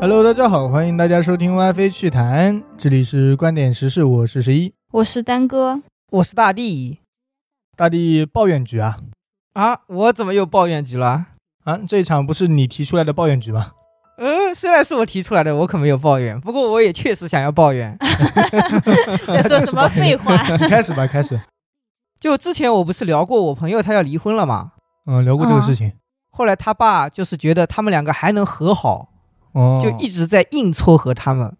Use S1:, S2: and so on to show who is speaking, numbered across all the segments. S1: Hello，大家好，欢迎大家收听 YF 趣谈，这里是观点时事，我是十一。
S2: 我是丹 哥，
S3: 我是大地
S1: 大地抱怨局啊
S3: 啊，我怎么又抱怨局了？
S1: 啊，这场不是你提出来的抱怨局 吗？
S3: 嗯，虽然是我提出来的，我可没有抱怨，不过我也确实想要抱怨。
S2: 在说什 么废话？
S1: 你开始吧，开 始。
S3: 就之前我不是聊过我朋友他要离婚了嘛，
S1: 嗯，聊过
S3: 啊
S1: 这个事情。
S3: 后来他爸就是觉得他们两个还能和好，
S1: 哦，
S3: 就一直在硬撮合他们，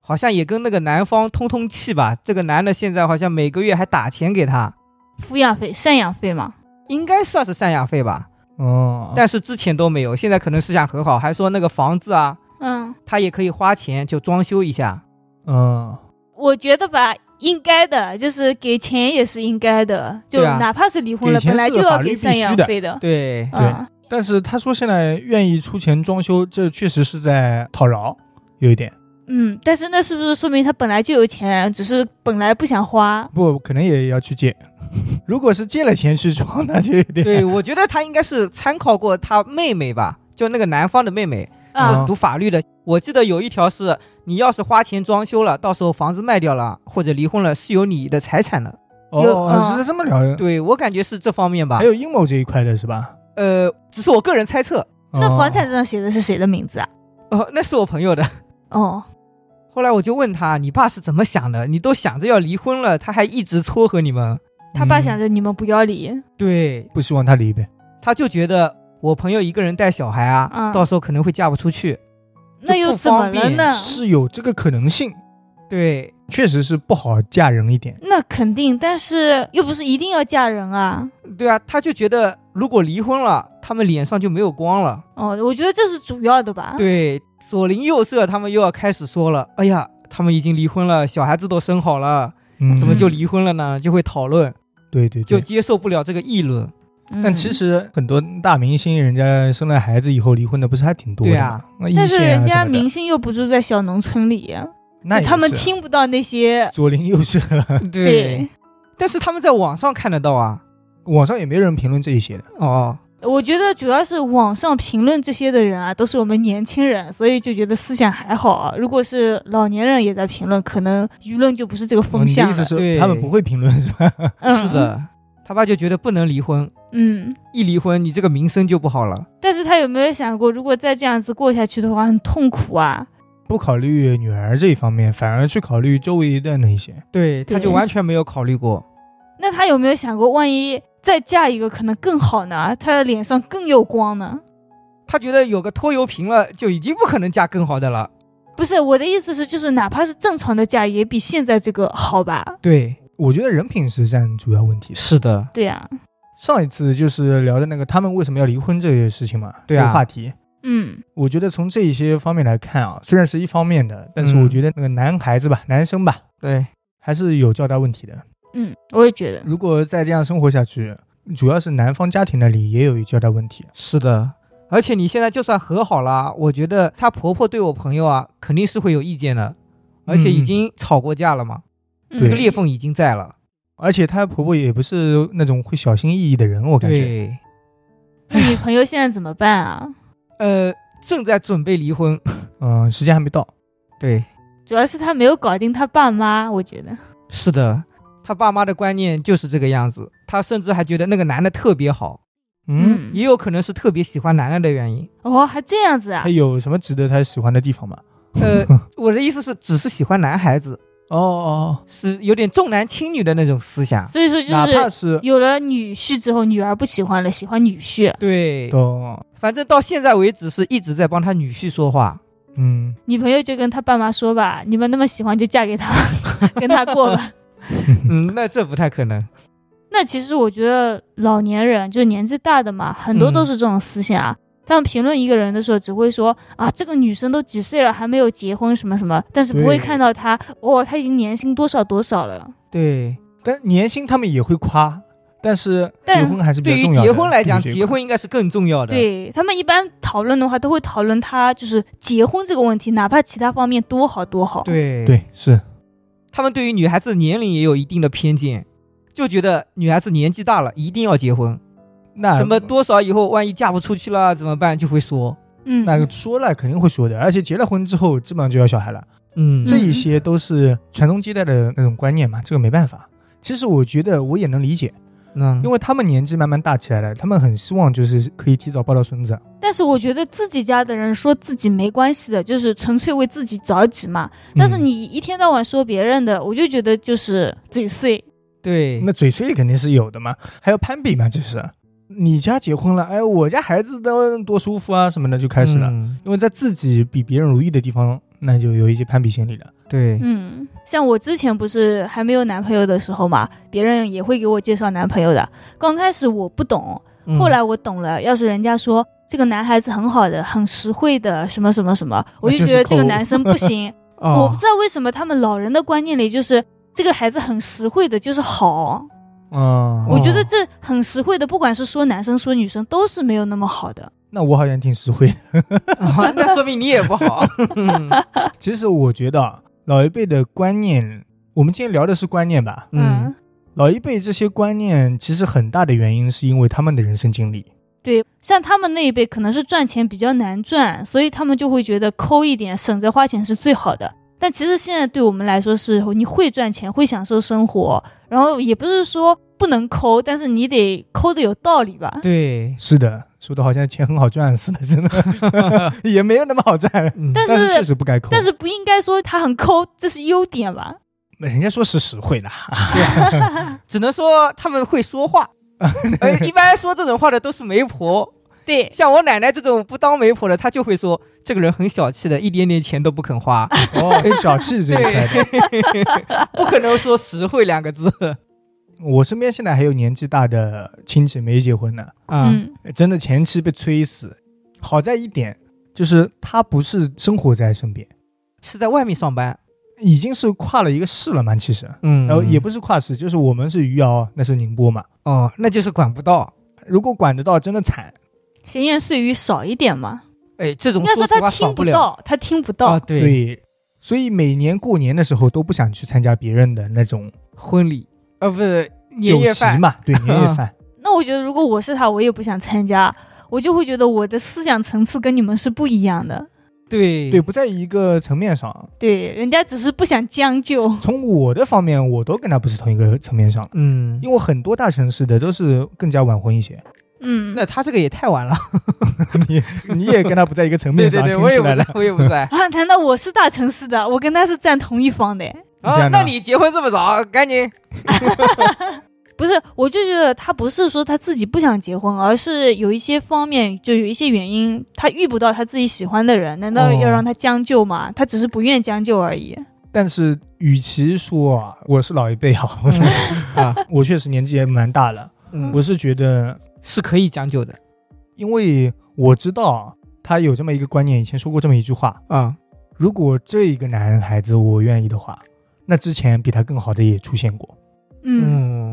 S3: 好像也跟那个男方通通气吧。这个男的现在好像每个月还打钱给他，
S2: 抚养费、赡养费嘛，
S3: 应该算是赡养费吧，
S1: 哦，
S3: 但是之前都没有，现在可能是想和好，还说那个房子啊，
S2: 嗯，
S3: 他也可以花钱就装修一下。
S1: 嗯，
S2: 我觉得吧，应该的，就是给钱也是应该的，就
S3: 对啊
S2: 哪怕是离婚了，
S1: 给钱
S2: 本来
S1: 是
S2: 就要
S1: 法律
S2: 给
S1: 必
S2: 赡
S1: 须
S2: 养
S1: 的
S2: 费的，
S3: 对，
S1: 对
S2: 嗯，
S1: 但是他说现在愿意出钱装修，这确实是在讨饶，有一点
S2: 嗯，但是那是不是说明他本来就有钱，只是本来不想花？
S1: 不可能也要去借。如果是借了钱去装，那就有点
S3: 对，我觉得他应该是参考过他妹妹吧，就那个男方的妹妹
S1: 啊
S3: 是读法律的。我记得有一条是，你要是花钱装修了，到时候房子卖掉了或者离婚了，是有你的财产的。
S2: 有
S1: 哦，
S3: 啊
S2: 嗯
S1: 是这么聊的。
S3: 对我感觉是这方面吧
S1: 还。有阴谋这一块的是吧？
S3: 呃，只是我个人猜测，
S2: 那
S1: 哦
S2: 房产证上写的是谁的名字啊？
S3: 哦，那是我朋友的。
S2: 哦，
S3: 后来我就问他，你爸是怎么想的？你都想着要离婚了，他还一直撮合你们。
S2: 他爸
S1: 嗯
S2: 想着你们不要离，
S3: 对，
S1: 不希望他离呗。
S3: 他就觉得我朋友一个人带小孩啊，
S2: 嗯
S3: 到时候可能会嫁不出去。
S2: 那又怎么了呢？
S1: 是有这个可能性，
S3: 对，
S1: 确实是不好嫁人一点。
S2: 那肯定，但是又不是一定要嫁人啊。
S3: 对啊，他就觉得如果离婚了，他们脸上就没有光了。
S2: 哦，我觉得这是主要的吧。
S3: 对，左邻右舍他们又要开始说了，哎呀，他们已经离婚了，小孩子都生好了，
S1: 嗯
S3: 怎么就离婚了呢？就会讨论，
S1: 对对
S3: 就
S1: 对？
S3: 接受不了这个 议论。
S2: 嗯，
S1: 但其实很多大明星，人家生了孩子以后离婚的不是还挺多的
S3: 对
S1: 吗
S3: 啊？
S1: 那一
S2: 但是
S1: 线
S2: 人
S1: 啊
S2: 家
S1: 什么
S2: 明
S1: 的，
S2: 星又不住在小农村里，啊
S1: 那也
S2: 他们
S1: 是啊
S2: 听不到那些。
S1: 左邻右舍，
S2: 对，，
S3: 但是他们在网上看得到啊。
S1: 网上也没人评论这一些的。
S3: 哦，
S2: 我觉得主要是网上评论这些的人啊，都是我们年轻人，所以就觉得思想还好啊。如果是老年人也在评论，可能舆论就不是这
S1: 哦
S2: 个风
S1: 你的
S2: 向
S1: 意思
S2: 了。
S1: 是
S3: 对
S1: 他们不会评论是吧？
S2: 嗯、
S3: 是，的，他爸就觉得不能离婚，
S2: 嗯。
S3: 一离婚你这个名声就不好了。
S2: 但是他有没有想过，如果再这样子过下去的话，很痛苦啊。
S1: 不考虑女儿这一方面，反而去考虑周围的那些。
S3: 对，他就
S2: 对
S3: 完全没有考虑过。
S2: 那他有没有想过，万一再嫁一个可能更好呢？他的脸上更有光呢？
S3: 他觉得有个拖油瓶了，就已经不可能嫁更好的了。
S2: 不是我的意思是，就是哪怕是正常的嫁，也比现在这个好吧？
S3: 对，
S1: 我觉得人品是占主要问题的。
S3: 是的，
S2: 对呀、
S1: 上一次就是聊的那个他们为什么要离婚这个事情嘛，
S3: 对啊
S1: 这个话题。
S2: 嗯，
S1: 我觉得从这一些方面来看啊，虽然是一方面的，但是
S3: 嗯
S1: 我觉得那个男孩子吧，男生吧，
S3: 对，
S1: 还是有较大问题的。
S2: 嗯，我也觉得，
S1: 如果再这样生活下去，主要是男方家庭那里也有较大问题。
S3: 是的，而且你现在就算和好了，我觉得她婆婆对我朋友啊，肯定是会有意见的，而且
S1: 嗯
S3: 已经吵过架了嘛，
S2: 嗯
S3: 这个裂缝已经在了。
S1: 而且她婆婆也不是那种会小心翼翼的人，我感觉。
S3: 对，
S2: 那你嗯朋友现在怎么办啊？
S3: 呃，正在准备离婚。
S1: 嗯，时间还没到。
S3: 对，
S2: 主要是他没有搞定他爸妈，我觉得，
S3: 是的，她爸妈的观念就是这个样子，她甚至还觉得那个男的特别好，
S1: 嗯，
S3: 也有可能是特别喜欢男的的原因。
S2: 哦，还这样子啊
S1: 她？有什么值得她喜欢的地方吗？
S3: 呃，我的意思是，只是喜欢男孩子，
S1: 哦哦，
S3: 是有点重男轻女的那种思想。
S2: 所以说就
S1: 哪怕
S2: 是
S1: 是
S2: 有了女婿之后，女儿不喜欢了，喜欢女婿。
S3: 对，
S1: 哦，
S3: 反正到现在为止是一直在帮她女婿说话。
S1: 嗯，
S2: 你朋友就跟他爸妈说吧，你们那么喜欢就嫁给他， 跟他过 吧。
S3: 嗯，那这不太可能。
S2: 那其实我觉得老年人就是年纪大的嘛，很多都是这种思想啊。他们评论一个人的时候，只会说啊，这个女生都几岁了还没有结婚什么什么，但是不会
S1: 对
S2: 看到她哦，她已经年薪多少多少了。
S3: 对，
S1: 但年薪他们也会夸，但是结
S2: 但
S1: 婚还是比较
S3: 对于
S1: 重要的。
S3: 结婚来讲，
S1: 对于这一
S3: 结
S1: 块
S3: 婚应该是更重要的。，
S2: 对他们一般讨论的话，都会讨论她就是结婚这个问题，哪怕其他方面多好多好。，
S3: 对，
S1: 对是，
S3: 他们对于女孩子的年龄也有一定的偏见，就觉得女孩子年纪大了一定要结婚，
S1: 那
S3: 什么多少以后万一嫁不出去了怎么办，就会说。
S4: 嗯，
S1: 那个说了肯定会说的，而且结了婚之后基本上就要小孩了，
S3: 嗯
S1: 这一些都是传宗接代的那种观念嘛，这个没办法。其实我觉得我也能理解，
S3: 嗯，
S1: 因为他们年纪慢慢大起来了，他们很希望就是可以提早抱到孙子。
S2: 但是我觉得自己家的人说自己没关系的，就是纯粹为自己着急嘛。但是
S1: 嗯
S2: 你一天到晚说别人的，我就觉得就是嘴碎。
S3: 对，
S1: 嗯那嘴碎肯定是有的嘛，还有攀比嘛，这是你家结婚了，哎，我家孩子都多舒服啊什么的就开始了，
S3: 嗯
S1: 因为在自己比别人如意的地方，那就有一些攀比心理了。
S3: 对，
S2: 嗯，像我之前不是还没有男朋友的时候嘛，别人也会给我介绍男朋友的。刚开始我不懂，
S3: 嗯
S2: 后来我懂了。要是人家说这个男孩子很好的、很实惠的，什么什么什么，我就
S1: 就是
S2: 觉得这个
S1: 抠
S2: 男生不行。
S3: 嗯哦
S2: 我不知道为什么他们老人的观念里就是这个孩子很实惠的，就是好。
S1: 嗯，
S2: 我觉
S3: 哦
S2: 得这很实惠的，不管是说男生说女生都是没有那么好的。
S1: 那我好像挺实惠的。
S3: 哦， 那说明你也 不好。
S1: 其实我觉得啊老一辈的观念，我们今天聊的是观念吧。
S3: 嗯，
S1: 老一辈这些观念，其实很大的原因是因为他们的人生经历。
S2: 对，像他们那一辈可能是赚钱比较难赚，所以他们就会觉得抠一点，省着花钱是最好的。但其实现在对我们来说是，你会赚钱，会享受生活，然后也不是说不能抠，但是你得抠的有道理吧？
S3: 对，
S1: 是的，说的好像钱很好赚似的，真 的也没有那么好赚。
S3: 嗯
S2: 但
S1: 但是确
S2: 是
S1: 实不该抠。
S2: 但是不应该说他很抠，这是优点吧？
S1: 人家说是实惠的，
S3: 只能说他们会说话。 呃，一般说这种话的都是媒婆，
S2: 对，
S3: 像我奶奶这种不当媒婆的，她就会说这个人很小气的，一点点钱都不肯花，
S1: 哦，是小气这一块的。
S3: 不可能说实惠两个 字。
S1: 我身边现在还有年纪大的亲戚没结婚呢，
S3: 啊，
S2: 嗯
S1: 真的前期被催死。好在一点就是他不是生活在身边，
S3: 是在外面上班，
S1: 已经是跨了一个市了嘛，其实。
S3: 嗯
S1: 然后也不是跨市，就是我们是余姚，那是宁波嘛。
S3: 哦，那就是管不到。
S1: 如果管得到，真的惨。
S2: 闲言碎语少一点嘛。
S3: 哎，这种
S2: 应该说
S3: 说实
S2: 他
S3: 话少
S2: 听
S3: 不
S2: 不
S3: 了。
S2: 到，他听不
S3: 啊，
S2: 到。
S3: 对，
S1: 对，所以每年过年的时候都不想去参加别人的那种
S3: 婚礼，呃，不是年
S1: 酒
S3: 夜
S1: 席
S3: 饭，
S1: 嘛， 对年夜饭。
S2: 那我觉得如果我是他，我也不想参加，我就会觉得我的思想层次跟你们是不一样的。
S3: 对
S1: 对，不在一个层面上。
S2: 对，人家只是不想将就。
S1: 从我的方面，我都跟他不是同一个层面上的。
S3: 嗯，
S1: 因为很多大城市的都是更加晚婚一些，
S2: 嗯，
S3: 那他这个也太 晚了。
S1: 你也跟他不在一个层
S3: 对
S1: 面
S3: 对
S1: 上，
S3: 对，
S1: 听
S3: 我也
S1: 起
S3: 不
S1: 来了
S3: 在，。我也不在。
S2: 啊，难道我是大城市的？我跟他是站同一方的诶。
S1: 你这
S3: 啊，
S1: 样呢
S3: 那你结婚这么早，赶紧
S2: 不是，我就觉得他不是说他自己不想结婚，而是有一些方面，就有一些原因，他遇不到他自己喜欢的人，难道
S3: 哦
S2: 要让他将就吗？他只是不愿将就而已。
S1: 但是与其说啊，我是老一辈啊，我、
S3: 啊，
S1: 我确实年纪也蛮大了，
S3: 嗯
S1: 我是觉得，
S3: 是可以将就的
S1: 因为我知道他有这么一个观念，以前说过这么一句话：
S3: 啊。
S1: 如果这一个男孩子我愿意的话，那之前比他更好的也出现过。
S2: 嗯，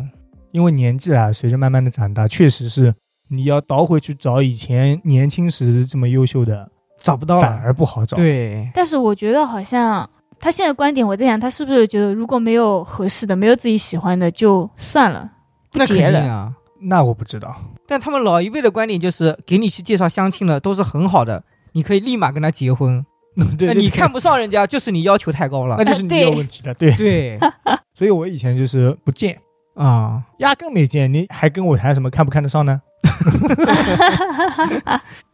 S3: 嗯，
S1: 因为年纪啊，随着慢慢的长大，确实是你要倒回去找以前年轻时这么优秀的，
S3: 找不到
S1: 反
S3: 了。
S1: 而不好找。
S3: 对，
S4: 但是我觉得好像他现在观点，我在想他是不是觉得如果没有合适的，没有自己喜欢的就算了，不
S3: 那肯
S4: 结
S3: 定
S4: 了。
S3: 啊。
S1: 那我不知道。
S3: 但他们老一辈的观点就是，给你去介绍相亲的都是很好的，你可以立马跟他结婚。
S1: 对
S3: 那你看，不上人家，就是你要求太高了
S1: 那。就是你有问题了。 对，
S3: 对
S1: 所以我以前就是不见，
S3: 啊，
S1: 压根没见，你还跟我谈什么看不看得上呢？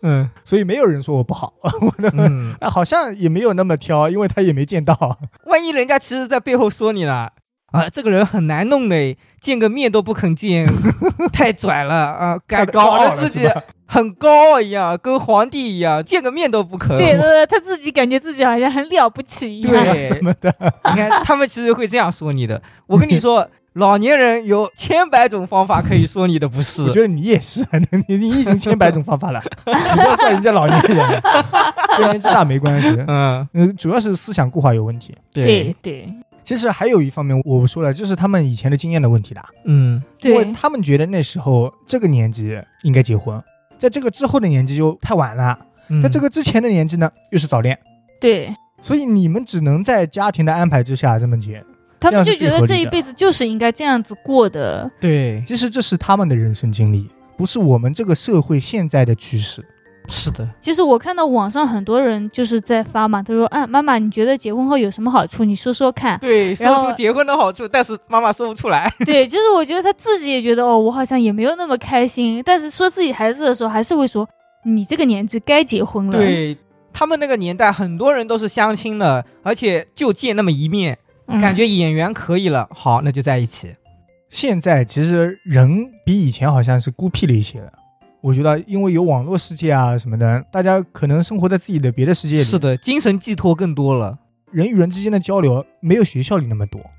S3: 嗯
S1: 所以没有人说我不好， 我的、
S3: 嗯，
S1: 啊，好像也没有那么挑，因为他也没见到。
S3: 万一人家其实在背后说你了。啊，这个人很难弄的，见个面都不肯见， 太拽了啊！搞
S1: 太高傲
S3: 搞
S1: 了
S3: 得自己
S1: 是吧
S3: 很高傲一样，跟皇帝一样，见个面都不肯。
S4: 对对对，他自己感觉自己好像很了不起一样。
S3: 对
S1: 啊怎么的？
S3: 你看，他们其实会这样说你的。我跟你说，老年人有千百种方法可以说你的不
S1: 我
S3: 是。
S1: 觉得你也是，啊你你已经千百种方法了，你不要怪人家老年人，啊跟年纪大没关系。
S3: 嗯，
S1: 嗯，主要是思想固化有问题。
S4: 对，对，
S1: 其实还有一方面，我说了，就是他们以前的经验的问题啦。
S3: 嗯，
S1: 因为
S2: 对，
S1: 他们觉得那时候这个年纪应该结婚，在这个之后的年纪就太晚了，
S3: 嗯
S1: 在这个之前的年纪呢又是早恋，
S2: 对，
S1: 所以你们只能在家庭的安排之下这么结。
S2: 他们
S1: 这样是
S2: 就
S1: 最
S2: 觉得
S1: 合
S2: 这
S1: 理
S2: 一
S1: 的
S2: 辈子就是应该这样子过的。
S3: 对，
S1: 其实这是他们的人生经历，不是我们这个社会现在的趋势。
S3: 是的，
S2: 其实我看到网上很多人就是在发嘛，他说：“啊，妈妈，你觉得结婚后有什么好处？你说说看。
S3: 对，
S2: 然后
S3: 说出结婚的好处，但是妈妈说不出来。
S2: 对”其实我觉得他自己也觉得哦，我好像也没有那么开心，但是说自己孩子的时候，还是会说：“你这个年纪该结婚了。”，
S3: 对他们那个年代，很多人都是相亲的，而且就见那么一面，
S2: 嗯
S3: 感、觉眼缘可以了，好，那就在一起。
S1: 现在其实人比以前好像是孤僻了一些了。我觉得，因为有网络世界啊什么的，大家可能生活在自己的别的世界里，
S3: 是的，精神寄托更多了。
S1: 人与人之间的交流没有学校里那么多。
S2: 嗯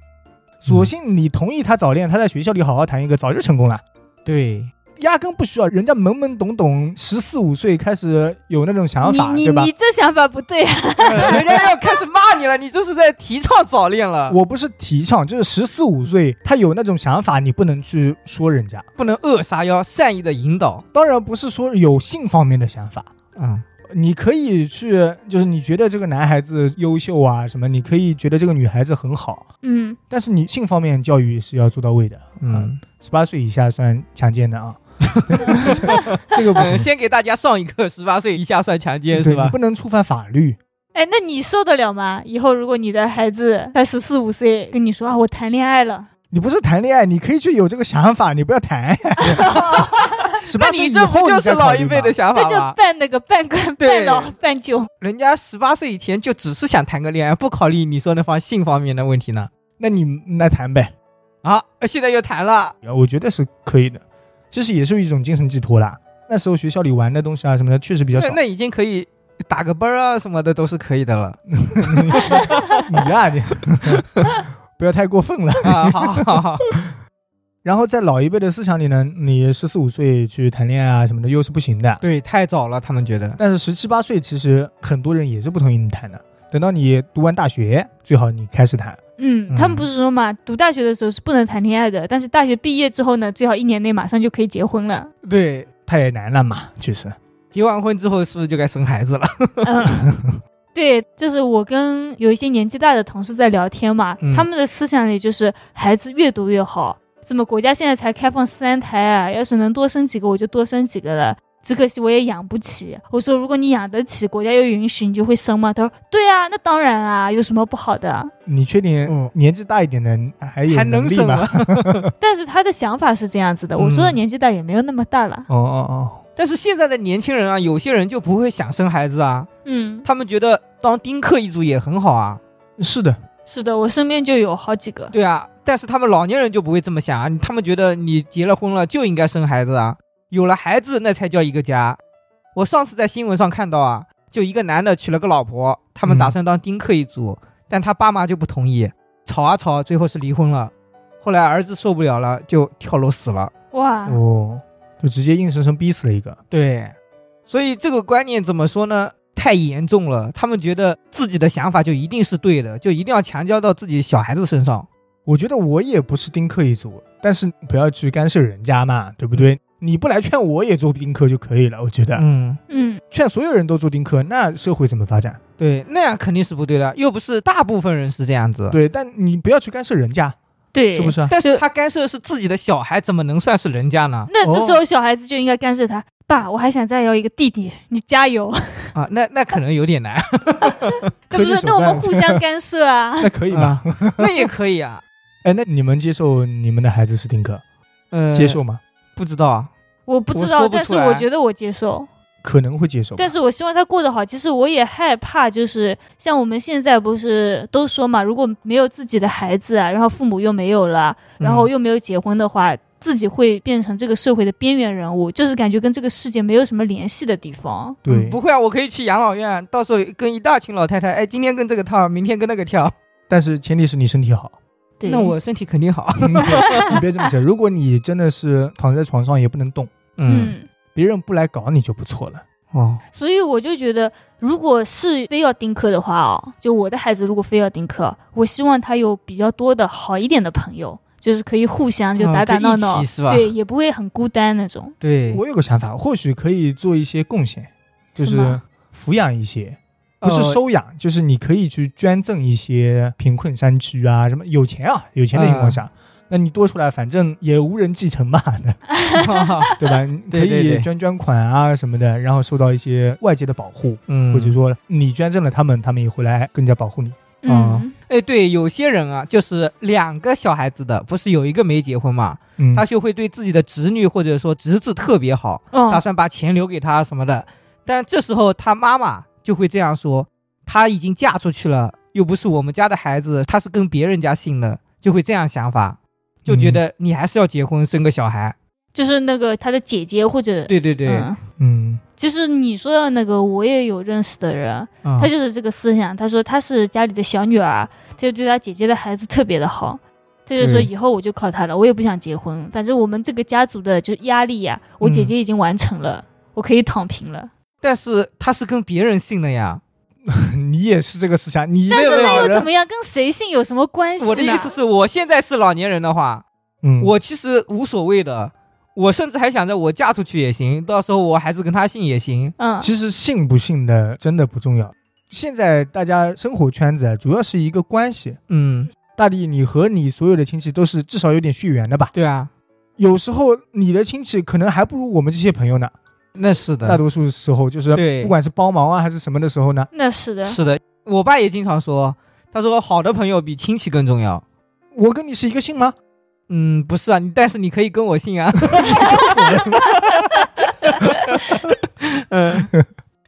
S1: 索性你同意他早恋，他在学校里好好谈一个，早就成功了，
S3: 对，
S1: 压根不需要人家懵懵懂懂，十四五岁开始有那种想法，
S2: 你
S1: 对吧
S2: 你你？这想法不对啊！
S3: 呃人家要开始骂你了，你这是在提倡早恋了，
S1: 我不是提倡，就是十四五岁他有那种想法，你不能去说人家。
S3: 不能扼杀，要善意的引导。
S1: 当然不是说有性方面的想法，啊
S3: 嗯，
S1: 你可以去，就是你觉得这个男孩子优秀啊什么，你可以觉得这个女孩子很好，
S4: 嗯，
S1: 但是你性方面教育是要做到位的。啊
S3: 嗯，
S1: 十八岁以下算强奸的 啊，这个不
S3: 嗯
S1: 行，
S3: 先给大家上一课，十八岁以下算强奸是
S1: 对你
S3: 吧
S1: 不？能触犯法律。
S2: 哎，那你受得了吗？以后如果你的孩子才十四五岁，跟你说啊，我谈恋爱了，
S1: 你不是谈恋爱，你可以去有这个想法，你不要 谈。十
S3: 那
S1: 八岁
S3: 你
S1: 以
S3: 这不
S1: 后你
S3: 就是
S1: 再考
S3: 老
S1: 虑
S3: 一
S1: 吧
S3: 辈的想
S2: 那
S3: 法
S2: 就
S3: 吗？
S2: 办那个半官
S3: 对
S2: 半老半酒。
S3: 人家十八岁以前就只是想谈个恋爱，不考虑你说那方性方面的问题呢。
S1: 那你那谈呗，
S3: 啊，现在又谈了，
S1: 我觉得是可以的，其实也是一种精神寄托啦。那时候学校里玩的东西啊什么的，确实比较
S3: 那
S1: 少。
S3: 那已经可以打个啵儿啊什么的都是可以 的了
S1: 你呀、你 不要太过分了。
S3: 啊。好好好，
S1: 然后在老一辈的思想里呢，你十四五岁去谈恋爱啊什么的又是不行的，
S3: 对，太早了，他们觉得。
S1: 但是十七八岁其实很多人也是不同意你谈的。等到你读完大学，最好你开始谈。
S4: 嗯，
S3: 嗯
S4: 他们不是说嘛，读大学的时候是不能谈恋爱的，但是大学毕业之后呢，最好一年内马上就可以结婚了。
S3: 对，
S1: 太难了嘛，确实。
S3: 结完婚之后是不是就该生孩子了？
S4: 嗯， 对，就是我跟有一些年纪大的同事在聊天嘛，
S3: 嗯
S4: 他们的思想里就是孩子越多越好。怎么国家现在才开放三胎啊？要是能多生几个，我就多生几个了。只可惜我也养不起。我说，如果你养得起，国家又允许，你就会生吗？他说，对啊，那当然啊，有什么不好的？
S1: 你确定
S3: 嗯
S1: 年纪大一点的还有
S3: 还
S1: 能
S3: 能
S1: 力
S3: 生
S1: 吗？
S3: 吗？
S4: 但是他的想法是这样子的。我说的
S3: 嗯
S4: 年纪大也没有那么大了。
S1: 哦哦
S3: 但是现在的年轻人啊，有些人就不会想生孩子啊，
S2: 嗯，
S3: 他们觉得当丁克一族也很好啊。
S1: 哦， 是的，
S2: 是的，我身边就有好几个。
S3: 对啊，但是他们老年人就不会这么想啊，他们觉得你结了婚了就应该生孩子啊，有了孩子那才叫一个家。我上次在新闻上看到啊，就一个男的娶了个老婆，他们打算当丁克一族，但他爸妈就不同意，吵啊吵，最后是离婚了。后来儿子受不了了，就跳楼死了。
S2: 哇，
S1: 哦，就直接硬生生逼死了一个。
S3: 对，所以这个观念怎么说呢？太严重了，他们觉得自己的想法就一定是对的，就一定要强加到自己小孩子身上。
S1: 我觉得我也不是丁克一族，但是不要去干涉人家嘛，对不对？你不来劝我也做丁克就可以了，我觉得、
S3: 嗯，
S4: 嗯，
S1: 劝所有人都做丁克，那社会怎么发展？
S3: 对，那样肯定是不对的，又不是大部分人是这样子。，
S1: 对，但你不要去干涉人家，
S4: 对，
S1: 是不是 啊？
S3: 但是他干涉是自己的小孩，怎么能算是人家呢？
S2: 那这时候小孩子就应该干涉他。爸，我还想再要一个弟弟，你加油！
S3: 啊，那那可能有点难，
S2: 那不
S1: 科技
S2: 是
S1: 手
S2: 那我们
S1: 段。
S2: 互相干涉啊
S1: 那可以吗？
S3: 那也可以啊。
S1: 哎，那你们接受你们的孩子是丁克，
S3: 嗯，
S1: 接受吗？
S3: 不知道啊。
S2: 我不知
S3: 我
S2: 道，
S3: 说不
S2: 但
S3: 出
S2: 是我
S3: 来
S2: 觉得我接受，
S1: 可能会接受吧，
S2: 但是我希望他过得好。其实我也害怕，就是像我们现在不是都说嘛，如果没有自己的孩子啊，然后父母又没有了，然后
S3: 嗯
S2: 又没有结婚的话，自己会变成这个社会的边缘人物，就是感觉跟这个世界没有什么联系的地方。嗯
S1: 对，
S3: 不会啊，我可以去养老院，到时候跟一大群老太太，哎，今天跟这个跳，明天跟那个跳，
S1: 但是前提是你身体好。
S2: 对，
S3: 那我身体肯定好。
S1: 你别这么想，如果你真的是躺在床上也不能动，
S3: 嗯，
S2: 嗯，
S1: 别人不来搞你就不错了。
S3: 哦，
S2: 所以我就觉得，如果是非要丁克的话哦，就我的孩子如果非要丁克，我希望他有比较多的好一点的朋友，就是可以互相就
S3: 嗯
S2: 打打
S3: 可以
S2: 闹
S3: 一起
S2: 闹，
S3: 是吧
S2: 对，也不会很孤单那种。
S3: 对，哦
S1: 我有个想法，或许可以做一些贡献，就是是
S2: 吗
S1: 抚养一些，不是
S3: 呃
S1: 收养，就是你可以去捐赠一些贫困山区啊，什么有钱啊，有钱的情况下，那你多出来反正也无人继承嘛， 对吧？你可
S3: 对对
S1: 以
S3: 对
S1: 捐捐款啊什么的，然后受到一些外界的保护，
S3: 嗯
S1: 或者说你捐赠了他们，他们也会来更加保护你。
S3: 啊
S2: 嗯，
S3: 哎，对，有些人啊，就是两个小孩子的，不是有一个没结婚嘛，
S1: 嗯，
S3: 他就会对自己的侄女或者说侄子特别好，打
S2: 嗯，
S3: 算把钱留给他什么的。但这时候他妈妈就会这样说：“她已经嫁出去了，又不是我们家的孩子，她是跟别人家姓的。”就会这样想法，就觉得你还是要结婚生个小孩。
S2: 就是那个他的姐姐或者
S3: 对对对，
S2: 嗯
S1: 嗯，
S2: 其实你说的那个，我也有认识的人，
S3: 嗯
S2: 他就是这个思想。他说他是家里的小女儿，他就对他姐姐的孩子特别的好。他就说
S3: 对
S2: 以后我就靠他了，我也不想结婚，反正我们这个家族的就压力呀、我姐姐已经完成了，我可以躺平了。
S3: 但是他是跟别人姓的呀。
S1: 你也是这个思想，你但
S2: 但是那又
S1: 人
S2: 怎么样？跟谁姓有什么关系呢？
S3: 我的意思是我现在是老年人的话，
S1: 嗯，
S3: 我其实无所谓的，我甚至还想着我嫁出去也行，到时候我孩子跟他姓也行。
S2: 嗯，
S1: 其实信不信的真的不重要。现在大家生活圈子啊主要是一个关系。
S3: 嗯，
S1: 大力，你和你所有的亲戚都是至少有点血缘的吧？
S3: 对啊，
S1: 有时候你的亲戚可能还不如我们这些朋友呢。
S3: 那是的，
S1: 大多数时候就是，
S3: 对
S1: 不管是帮忙啊还是什么的时候呢，
S2: 那是的，
S3: 是的，我爸也经常说，他说好的朋友比亲戚更重要。
S1: 我跟你是一个姓吗？
S3: 嗯，不是啊，你但是你可以跟我姓啊。 嗯，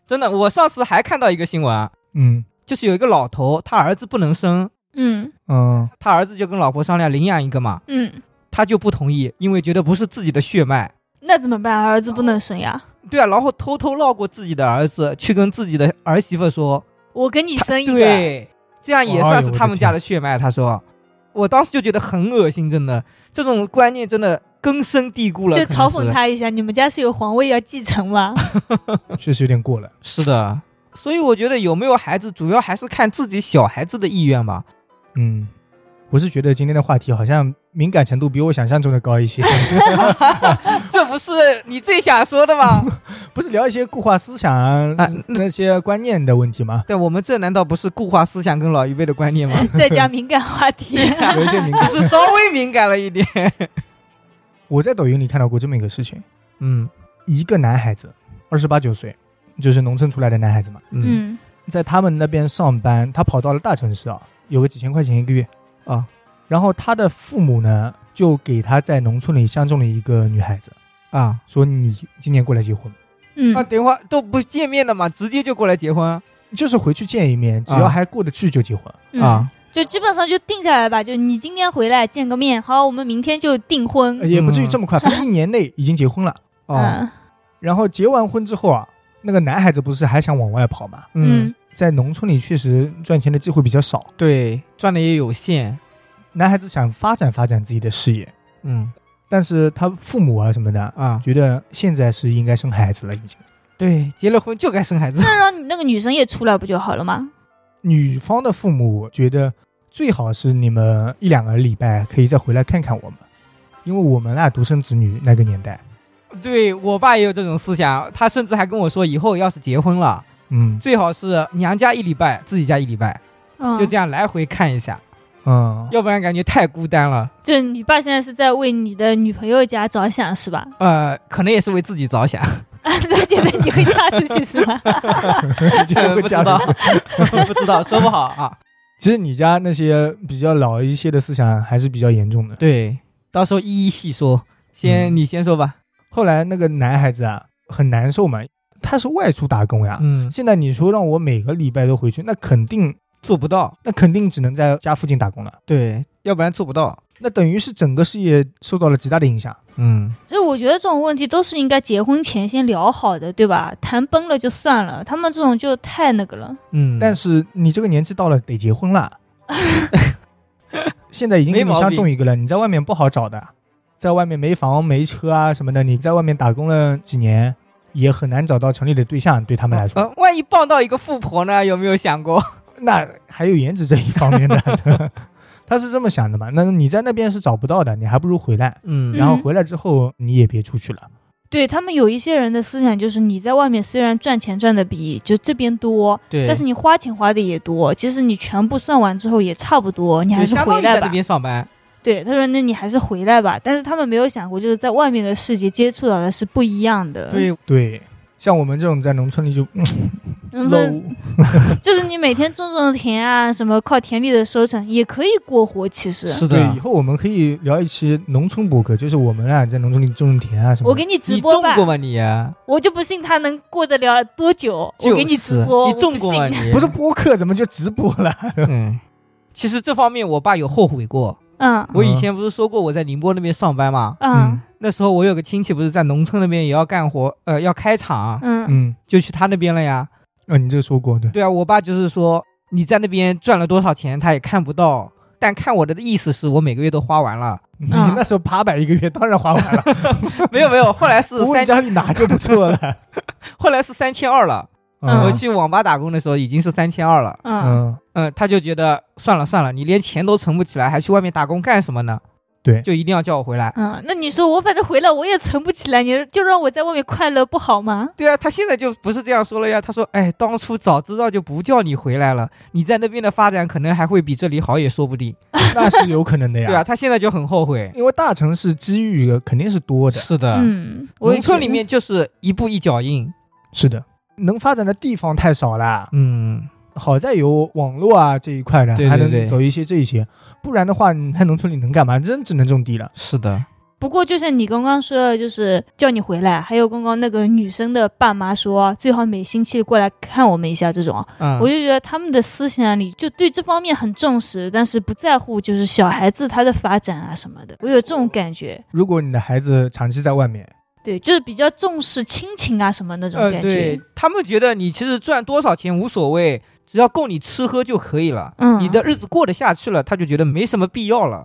S3: 真的，我上次还看到一个新闻啊，
S1: 嗯
S3: 就是有一个老头，他儿子不能生，
S2: 嗯
S1: 嗯
S3: 他儿子就跟老婆商量领养一个嘛，
S2: 嗯，
S3: 他就不同意，因为觉得不是自己的血脉。
S2: 那怎么办？儿子不能生呀，
S3: 对啊，然后偷偷绕过自己的儿子，去跟自己的儿媳妇说，
S2: 我跟你生一个，
S3: 对，这样也算是他们家的血脉。他说，我当时就觉得很恶心，真的，这种观念真的根深蒂固了。
S2: 就
S3: 可能
S2: 嘲
S3: 是
S2: 讽，他一下。你们家是有皇位要继承吗？
S1: 确实有点过了。
S3: 是的。所以我觉得有没有孩子，主要还是看自己小孩子的意愿吧。
S1: 嗯，我是觉得今天的话题好像敏感程度比我想象中的高一些，
S3: 这不是你最想说的 吗？
S1: 不是聊一些固化思想啊、
S3: 啊
S1: 那些观念的问题吗？
S3: 对，我们这难道不是固化思想跟老一辈的观念 吗？
S2: 再加敏感话题，
S1: 有一些敏
S3: 只
S1: 感。
S3: 是稍微敏感了一点。
S1: 我在抖音里看到过这么一个事情：
S3: 嗯
S1: 一个男孩子，二十八九岁，就是农村出来的男孩子嘛，
S3: 嗯
S2: 嗯
S1: 在他们那边上班，他跑到了大城市啊，有个几千块钱一个月。
S3: 啊
S1: 然后他的父母呢，就给他在农村里相中了一个女孩子，
S3: 啊
S1: 说你今年过来结婚，
S2: 嗯
S3: 啊！等会儿都不见面的嘛，直接就过来结婚啊
S1: 就是回去见一面，只要还过得去就结婚。
S2: 嗯！
S3: 啊
S2: 就基本上就定下来吧，就你今天回来见个面，好，我们明天就订婚
S3: 哎
S1: 呃。也不至
S3: 嗯
S1: 于这么快，反正一年内已经结婚了。
S3: 哦
S2: 嗯
S1: 然后结完婚之后啊，那个男孩子不是还想往外跑嘛？
S3: 嗯，
S1: 在农村里确实赚钱的机会比较少，
S3: 对，赚的也有限。
S1: 男孩子想发展发展自己的事业，
S3: 嗯
S1: 但是他父母啊什么的，
S3: 啊，
S1: 觉得现在是应该生孩子了，已经。
S3: 对，结了婚就该生孩子。
S2: 那让你那个女生也出来不就好了吗？
S1: 女方的父母觉得最好是你们一两个礼拜可以再回来看看我们，因为我们啊独生子女那个年代，
S3: 对我爸也有这种思想，他甚至还跟我说，以后要是结婚了，
S1: 嗯
S3: 最好是娘家一礼拜，自己家一礼拜，
S2: 嗯，
S3: 就这样来回看一下，
S1: 嗯，
S3: 要不然感觉太孤单了。
S2: 就你爸现在是在为你的女朋友家着想是吧？
S3: 呃，可能也是为自己着想，
S2: 他觉得你会嫁出去是吧？
S1: 这个会
S3: 不知
S1: 加
S3: 道
S1: 上。，
S3: 不知道，说不好啊。
S1: 其实你家那些比较老一些的思想还是比较严重的。
S3: 对，到时候一一细说。先、
S1: 嗯
S3: 你先说吧。
S1: 后来那个男孩子啊很难受嘛，他是外出打工呀。
S3: 嗯，
S1: 现在你说让我每个礼拜都回去，那肯定
S3: 做不到，
S1: 那肯定只能在家附近打工了。
S3: 对，要不然做不到。
S1: 那等于是整个事业受到了极大的影响。
S3: 嗯，
S2: 所以我觉得这种问题都是应该结婚前先聊好的，对吧？谈崩了就算了，他们这种就太那个了。
S3: 嗯，
S1: 但是你这个年纪到了，得结婚 了。现在已经给
S3: 没
S1: 你
S3: 毛
S1: 相
S3: 病
S1: 中一个了，你在外面不好找的，在外面没房没车啊什么的，你在外面打工了几年，也很难找到成立的对象。对他们来说，
S3: 呃，万一傍到一个富婆呢？有没有想过？
S1: 那还有颜值这一方面的， 他是这么想的嘛？那你在那边是找不到的，你还不如回来。
S3: 嗯
S1: 然后回来之后，你也别出去了。
S2: 对他们有一些人的思想就是，你在外面虽然赚钱赚的比就这边多，
S3: 对，
S2: 但是你花钱花的也多。其实你全部算完之后也差不多，你还
S3: 就是相当
S2: 回
S3: 于在
S2: 来
S3: 那
S2: 吧。
S3: 边上班。
S2: 对，他说那你还是回来吧。但是他们没有想过，就是在外面的世界接触到的是不一样的。，
S3: 对，
S1: 对，像我们这种在农村里就嗯
S2: 农村
S1: low，
S2: 就是你每天种种田啊，什么靠田里的收成也可以过活，其实。
S3: 是
S1: 对，以后我们可以聊一期农村博客，就是我们啊在农村里种田啊什么的。
S2: 我给你直
S3: 你
S2: 播
S3: 种
S2: 吧，
S3: 过吗你？
S2: 我就不信他能过得了多久。
S3: 就
S2: 我给你
S3: 是
S2: 直播，
S3: 你
S2: 我
S3: 种
S2: 不
S3: 过
S2: 信
S3: 吗你？
S1: 不 是，播客，怎么就直播了？
S3: 嗯，其实这方面我爸有后悔过。
S2: 嗯
S3: 我以前不是说过我在宁波那边上班吗？
S2: 嗯
S3: 那时候我有个亲戚不是在农村那边也要干活，呃，要开厂，
S2: 嗯
S1: 嗯，
S3: 就去他那边了呀。
S1: 啊，你这个说过对，
S3: 对啊，我爸就是说你在那边赚了多少钱，他也看不到。但看我的意思是我每个月都花完了，
S1: 你那时候八百一个月，当然花完了，
S3: 没有没有，后来是
S1: 不问
S3: 三，
S1: 家里拿就不错了。
S3: 后来是三千二了。
S2: 嗯
S3: 我去网吧打工的时候已经是三千二了。
S2: 嗯
S1: 嗯，
S3: 嗯，他就觉得算了算了，你连钱都存不起来，还去外面打工干什么呢？
S1: 对
S3: 就一定要叫我回来。
S2: 嗯，那你说我反正回来我也存不起来，你就让我在外面快乐不好吗？
S3: 对啊，他现在就不是这样说了呀。他说：“哎，当初早知道就不叫你回来了，你在那边的发展可能还会比这里好，也说不定。
S1: 那是有可能的”呀。
S3: 对啊，，他现在就很后悔。
S1: 因为大城市机遇肯定是多的，
S3: 是的，
S2: 嗯，我也
S3: 啊农村
S2: 觉
S3: 里
S2: 得
S3: 面就是一步一脚印。
S1: 是的，能发展的地方太少了。
S3: 嗯，
S1: 好在有网络啊这一块的，
S3: 对对
S1: 还能
S3: 对
S1: 走一些这一些，不然的话，你在农村里能干嘛？真只能种地了。
S3: 是的，
S2: 不过就像你刚刚说的，就是叫你回来，还有刚刚那个女生的爸妈说最好每星期过来看我们一下这种，
S3: 嗯，
S2: 我就觉得他们的思想里就对这方面很重视，但是不在乎就是小孩子他的发展啊什么的，我有这种感觉。
S1: 如果你的孩子长期在外面，
S2: 对，就是比较重视亲情啊什么那种
S3: 呃，
S2: 感觉
S3: 对。他们觉得你其实赚多少钱无所谓，只要够你吃喝就可以了。
S2: 嗯，
S3: 你的日子过得下去了，他就觉得没什么必要了，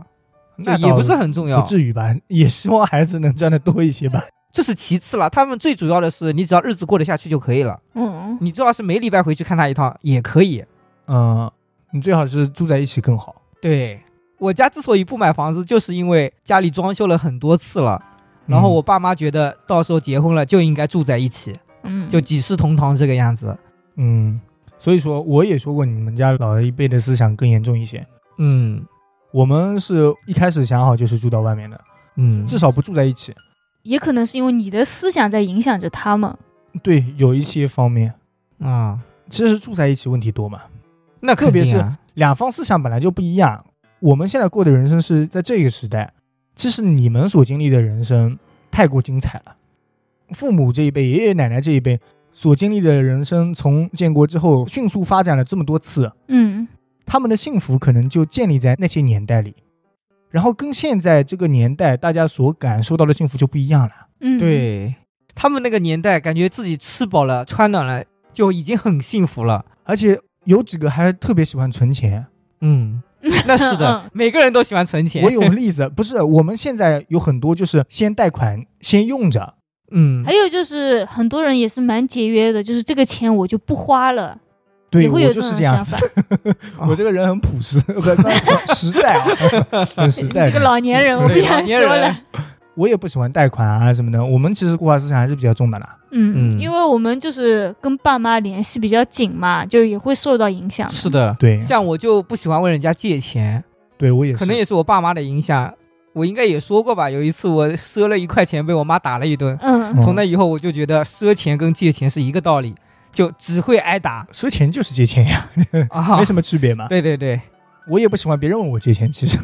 S3: 就
S1: 那
S3: 也
S1: 倒
S3: 不是很重要
S1: 不。至于吧？也希望孩子能赚的多一些 吧。
S3: 这是其次了，他们最主要的是你只要日子过得下去就可以了。
S2: 嗯，
S3: 你最好是每礼拜回去看他一趟也可以。
S1: 嗯，你最好是住在一起更好。
S3: 对我家之所以不买房子，就是因为家里装修了很多次了，然
S1: 嗯
S3: 后我爸妈觉得到时候结婚了就应该住在一起，
S2: 嗯，
S3: 就几世同堂这个样子。
S1: 嗯，所以说我也说过，你们家老一辈的思想更严重一些。
S3: 嗯
S1: 我们是一开始想好就是住到外面的，
S3: 嗯，
S1: 至少不住在一起。
S2: 也可能是因为你的思想在影响着他们。
S1: 对，有一些方面，
S3: 啊，
S1: 其实住在一起问题多嘛，
S3: 那
S1: 特别
S3: 肯定
S1: 是
S3: 啊
S1: 两方思想本来就不一样。我们现在过的人生是在这个时代，其实你们所经历的人生太过精彩了。父母这一辈、爷爷奶奶这一辈所经历的人生，从建国之后迅速发展了这么多次，
S2: 嗯
S1: 他们的幸福可能就建立在那些年代里，然后跟现在这个年代大家所感受到的幸福就不一样了。
S2: 嗯，，
S3: 对他们那个年代，感觉自己吃饱了穿暖了就已经很幸福了。
S1: 而且有几个还特别喜欢存钱。
S3: 嗯，那是的
S2: 嗯，
S3: 每个人都喜欢存钱。
S1: 我有个例子，不是我们现在有很多就是先贷款先用着，
S3: 嗯
S2: 还，有就是很多人也是蛮节约的，就是这个钱我就不花了。
S1: 对
S2: 也
S1: 我
S2: 会有
S1: 就
S2: 这
S1: 是
S2: 种
S1: 这样
S2: 想
S1: 子
S2: 法。。
S3: 哦
S1: 我这个人很朴实， 不是实在啊， 很实在
S2: 这个
S1: 的。
S2: 老年人，我不
S3: 对老
S2: 想
S3: 年
S2: 说
S3: 人
S2: 了。
S1: 我也不喜欢贷款啊什么的。我们其实固化资产还是比较重的啦。
S2: 嗯，
S3: 嗯
S2: 因为我们就是跟爸妈联系比较紧嘛，就也会受到影响的。
S3: 是的，
S1: 对，
S3: 像我就不喜欢问人家借钱，
S1: 对我也是
S3: 可能也是我爸妈的影响。我应该也说过吧，有一次我赊了一块钱，被我妈打了一顿。
S2: 嗯
S1: 嗯
S3: 从那以后，我就觉得赊钱跟借钱是一个道理，就只会挨打
S1: 赊钱就是借钱呀，
S3: 啊。
S1: 没什么区别嘛。
S3: 对 对对，
S1: 我也不喜欢别人问我借钱，其实。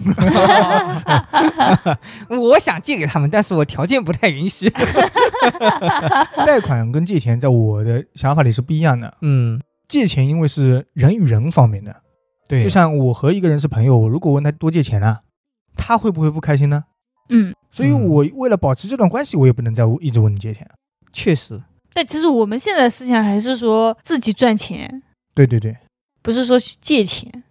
S3: 我想借给他们，但是我条件不太允许。
S1: 贷款跟借钱在我的想法里是不一样的。
S3: 嗯，
S1: 借钱因为是人与人方面的，
S3: 对
S1: 就像我和一个人是朋友，我如果问他多借钱了、他会不会不开心呢？
S2: 嗯，
S1: 所以
S3: 嗯
S1: 我为了保持这段关系，我也不能再一直问你借钱。
S3: 确实，
S2: 但其实我们现在的思想还是说自己赚钱，
S1: 对对对，
S2: 不是说去借钱。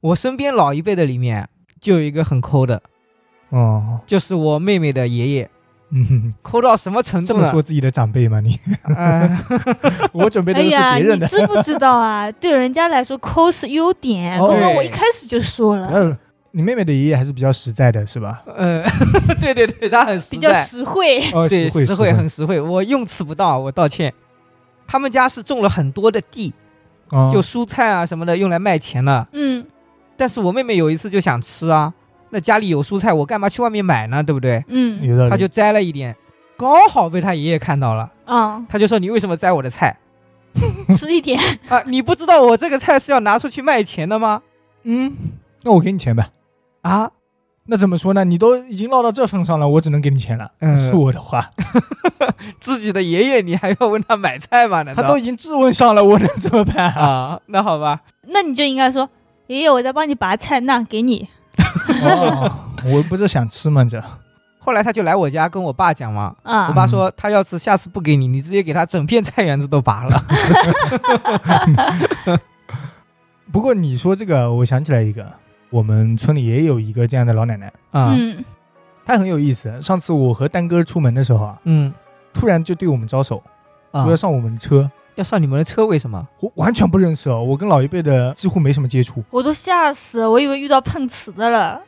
S3: 我身边老一辈的里面就有一个很抠的，
S1: 哦，
S3: 就是我妹妹的爷爷，
S1: 嗯哼，
S3: 抠到什么程
S1: 这
S3: 度
S1: 么
S3: 呢？
S1: 说自己的长辈吗？你
S3: 呃
S1: 我准备的
S2: 哎
S1: 都是
S2: 呀，
S1: 别人
S2: 你
S1: 的。
S2: 知不知道啊？对人家来说，抠是优点。
S1: 哦
S2: 刚刚我一开始就说了，
S1: 呃，你妹妹的爷爷还是比较实在的，是吧？
S3: 呃， 对对对，他很实
S2: 比
S3: 在
S2: 较实惠。
S1: 哦，
S3: 对，
S1: 惠
S3: 实
S1: 惠
S3: 很实惠。我用词不当，我道歉。他们家是种了很多的地，
S1: 哦
S3: 啊就蔬菜啊什么的用来卖钱的。
S2: 嗯
S3: 但是我妹妹有一次就想吃啊，那家里有蔬菜，我干嘛去外面买呢？对不对？
S2: 嗯
S1: 有道理。
S3: 他就摘了一点，刚好被他爷爷看到了，
S2: 啊，
S3: 他就说：“你为什么摘我的菜
S2: 吃一点，
S3: 啊？你不知道我这个菜是要拿出去卖钱的吗
S1: 嗯，那我给你钱呗。？”
S3: 啊，
S1: 那怎么说呢？你都已经落到这份上了，我只能给你钱了。
S3: 嗯
S1: 是我的话，
S3: 自己的爷爷你还要问他买菜吗？ 难
S1: 他
S3: 道
S1: 都已经质问上了，我能怎么 办啊？
S3: 啊，那好吧，
S2: 那你就应该说，爷爷，我在帮你拔菜，那给你。
S1: 哦、我不是想吃吗？这
S3: 后来他就来我家跟我爸讲嘛，我
S2: 啊，
S3: 爸说他要是下次不给你，你直接给他整片菜园子都拔了。
S1: 不过你说这个，我想起来一个，我们村里也有一个这样的老奶奶，
S3: 啊
S2: 嗯
S1: 她很有意思。上次我和丹哥出门的时候啊，
S3: 嗯
S1: 突然就对我们招手，
S3: 啊
S1: 说要上我们的车。
S3: 要上你们的车为什么？
S1: 我完全不认识哦，我跟老一辈的几乎没什么接触。
S2: 我都吓死了，我以为遇到碰瓷的了。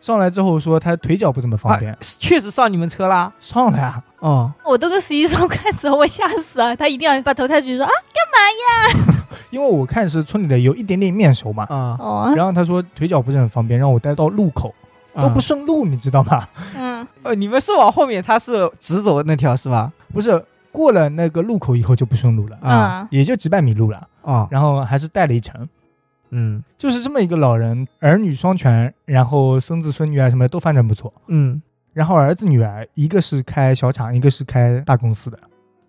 S1: 上来之后说她腿脚不怎么方便，
S3: 啊确实上你们车啦。
S1: 上来啊，
S3: 哦，
S2: 我都跟十一说快走，我吓死了。他一定要把头抬举说啊，
S1: 因为我看是村里的有一点点面熟嘛，
S3: 啊，
S2: 哦，
S1: 然后她说腿脚不是很方便，让我带到路口，都
S3: 都
S1: 不
S3: 不是，
S1: 顺路，你知道吗？
S2: 嗯
S3: 呃，你们是往后面，他是直走的那条是吧？
S1: 不是过了那个路口以后就不顺路了，
S3: 啊，
S2: 嗯
S1: 也就几百米路了，
S3: 哦，
S1: 然后还是带了一程。
S3: 嗯
S1: 就是这么一个老人，儿女双全，然后孙子孙女啊什么的都发展不错。
S3: 嗯，
S1: 然后儿子女儿，一个是开小厂，一个是开大公司的，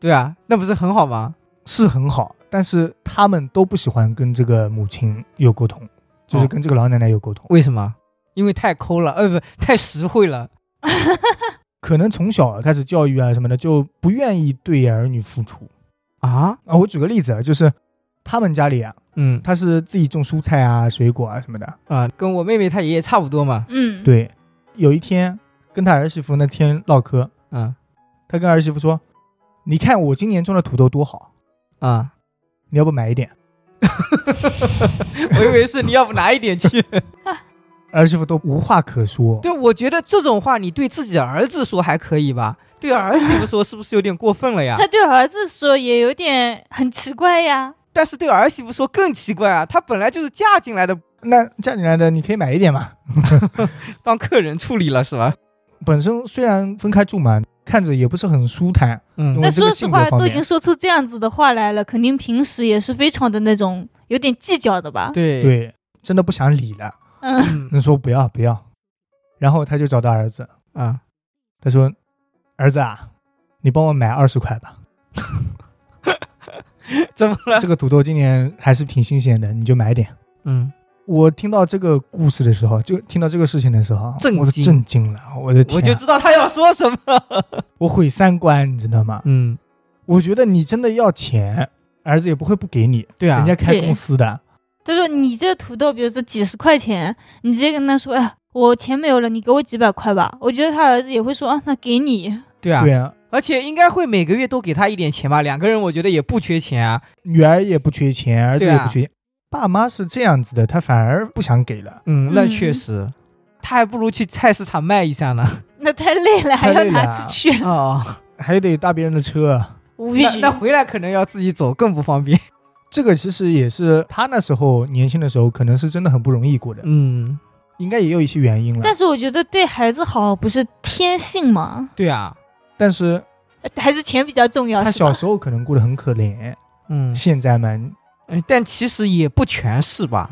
S3: 对啊，那不是很好吗？
S1: 是很好。但是他们都不喜欢跟这个母亲有沟通，就是
S3: 哦
S1: 跟这个老奶奶有沟通。
S3: 为什么？因为太抠了，呃，不，太实惠了。
S2: 嗯
S1: 可能从小开始教育啊什么的，就不愿意对儿女付出
S3: 啊，
S1: 啊。我举个例子，啊，就是他们家里啊，
S3: 嗯
S1: 他是自己种蔬菜啊、水果啊什么的。
S3: 啊，跟我妹妹她爷爷差不多嘛。
S2: 嗯，
S1: 对，有一天跟他儿媳妇那天唠嗑，
S3: 嗯
S1: 他跟儿媳妇说：“你看我今年种的土豆多好，
S3: 啊，
S1: 你要不买一点
S3: 我以为是你要不拿一点去。？”
S1: 儿媳妇都无话可说。
S3: 对，我觉得这种话你对自己的儿子说还可以吧，对儿媳妇说是不是有点过分
S1: 啊
S3: 了呀？
S2: 他对儿子说也有点很奇怪呀。
S3: 但是对儿媳妇说更奇怪啊，她本来就是嫁进来的，
S1: 那嫁进来的你可以买一点嘛。
S3: 当客人处理了是吧？
S1: 本身虽然分开住嘛，看着也不是很舒坦，
S3: 嗯
S1: 因
S2: 那
S1: 为这
S2: 说
S1: 个
S2: 实
S1: 性格
S2: 话，
S1: 方
S2: 都已
S1: 面
S2: 经。说出这样子的话来了，肯定平时也是非常的那种有点计较的吧？
S3: 对
S1: 对，真的不想理了。
S2: 嗯，
S3: 嗯
S1: 那说不要不要，然后他就找到儿子，
S3: 啊，
S1: 他说：“儿子啊，你帮我买二十块吧，
S3: 怎么了？
S1: 这个土豆今年还是挺新鲜的，你就买点。
S3: 嗯”
S1: 我听到这个故事的时候，就听到这个事情的时候，
S3: 震
S1: 我都
S3: 惊
S1: 震惊了，我的天啊、
S3: 我就知道他要说什么。
S1: 我毁三观，你知道吗？
S3: 嗯，
S1: 我觉得你真的要钱，儿子也不会不给你，
S3: 对啊，
S1: 人家开
S2: 对
S1: 公司的，
S2: 他说你这土豆，比如说几十块钱，你直接跟他说，哎，我钱没有了，你给我几百块吧。我觉得他儿子也会说，啊，那给你。
S3: 对啊，
S1: 对啊，
S3: 而且应该会每个月多给他一点钱吧。两个人我觉得也不缺钱啊。
S1: 女儿也不缺钱，儿子
S3: 对
S1: 也
S3: 啊
S1: 不缺钱，爸妈是这样子的，他反而不想给了。
S3: 嗯那
S2: 嗯
S3: 确实，他还不如去菜市场卖一下呢。
S2: 那太累了，还
S1: 太
S2: 要
S1: 累
S2: 拿
S1: 了啊
S2: 出去，
S3: 哦，
S1: 还得搭别人的车，
S2: 无语
S3: 那。那回来可能要自己走，更不方便。
S1: 这个其实也是他那时候年轻的时候，可能是真的很不容易过的，
S3: 嗯，
S1: 应该也有一些原因了。
S2: 但是我觉得对孩子好不是天性吗？
S3: 对啊，
S1: 但是
S2: 还是钱比较重要，
S1: 他
S2: 是吧
S1: 小时候可能过得很可怜，
S3: 嗯，
S1: 现在嘛，
S3: 哎但其实也不全是吧。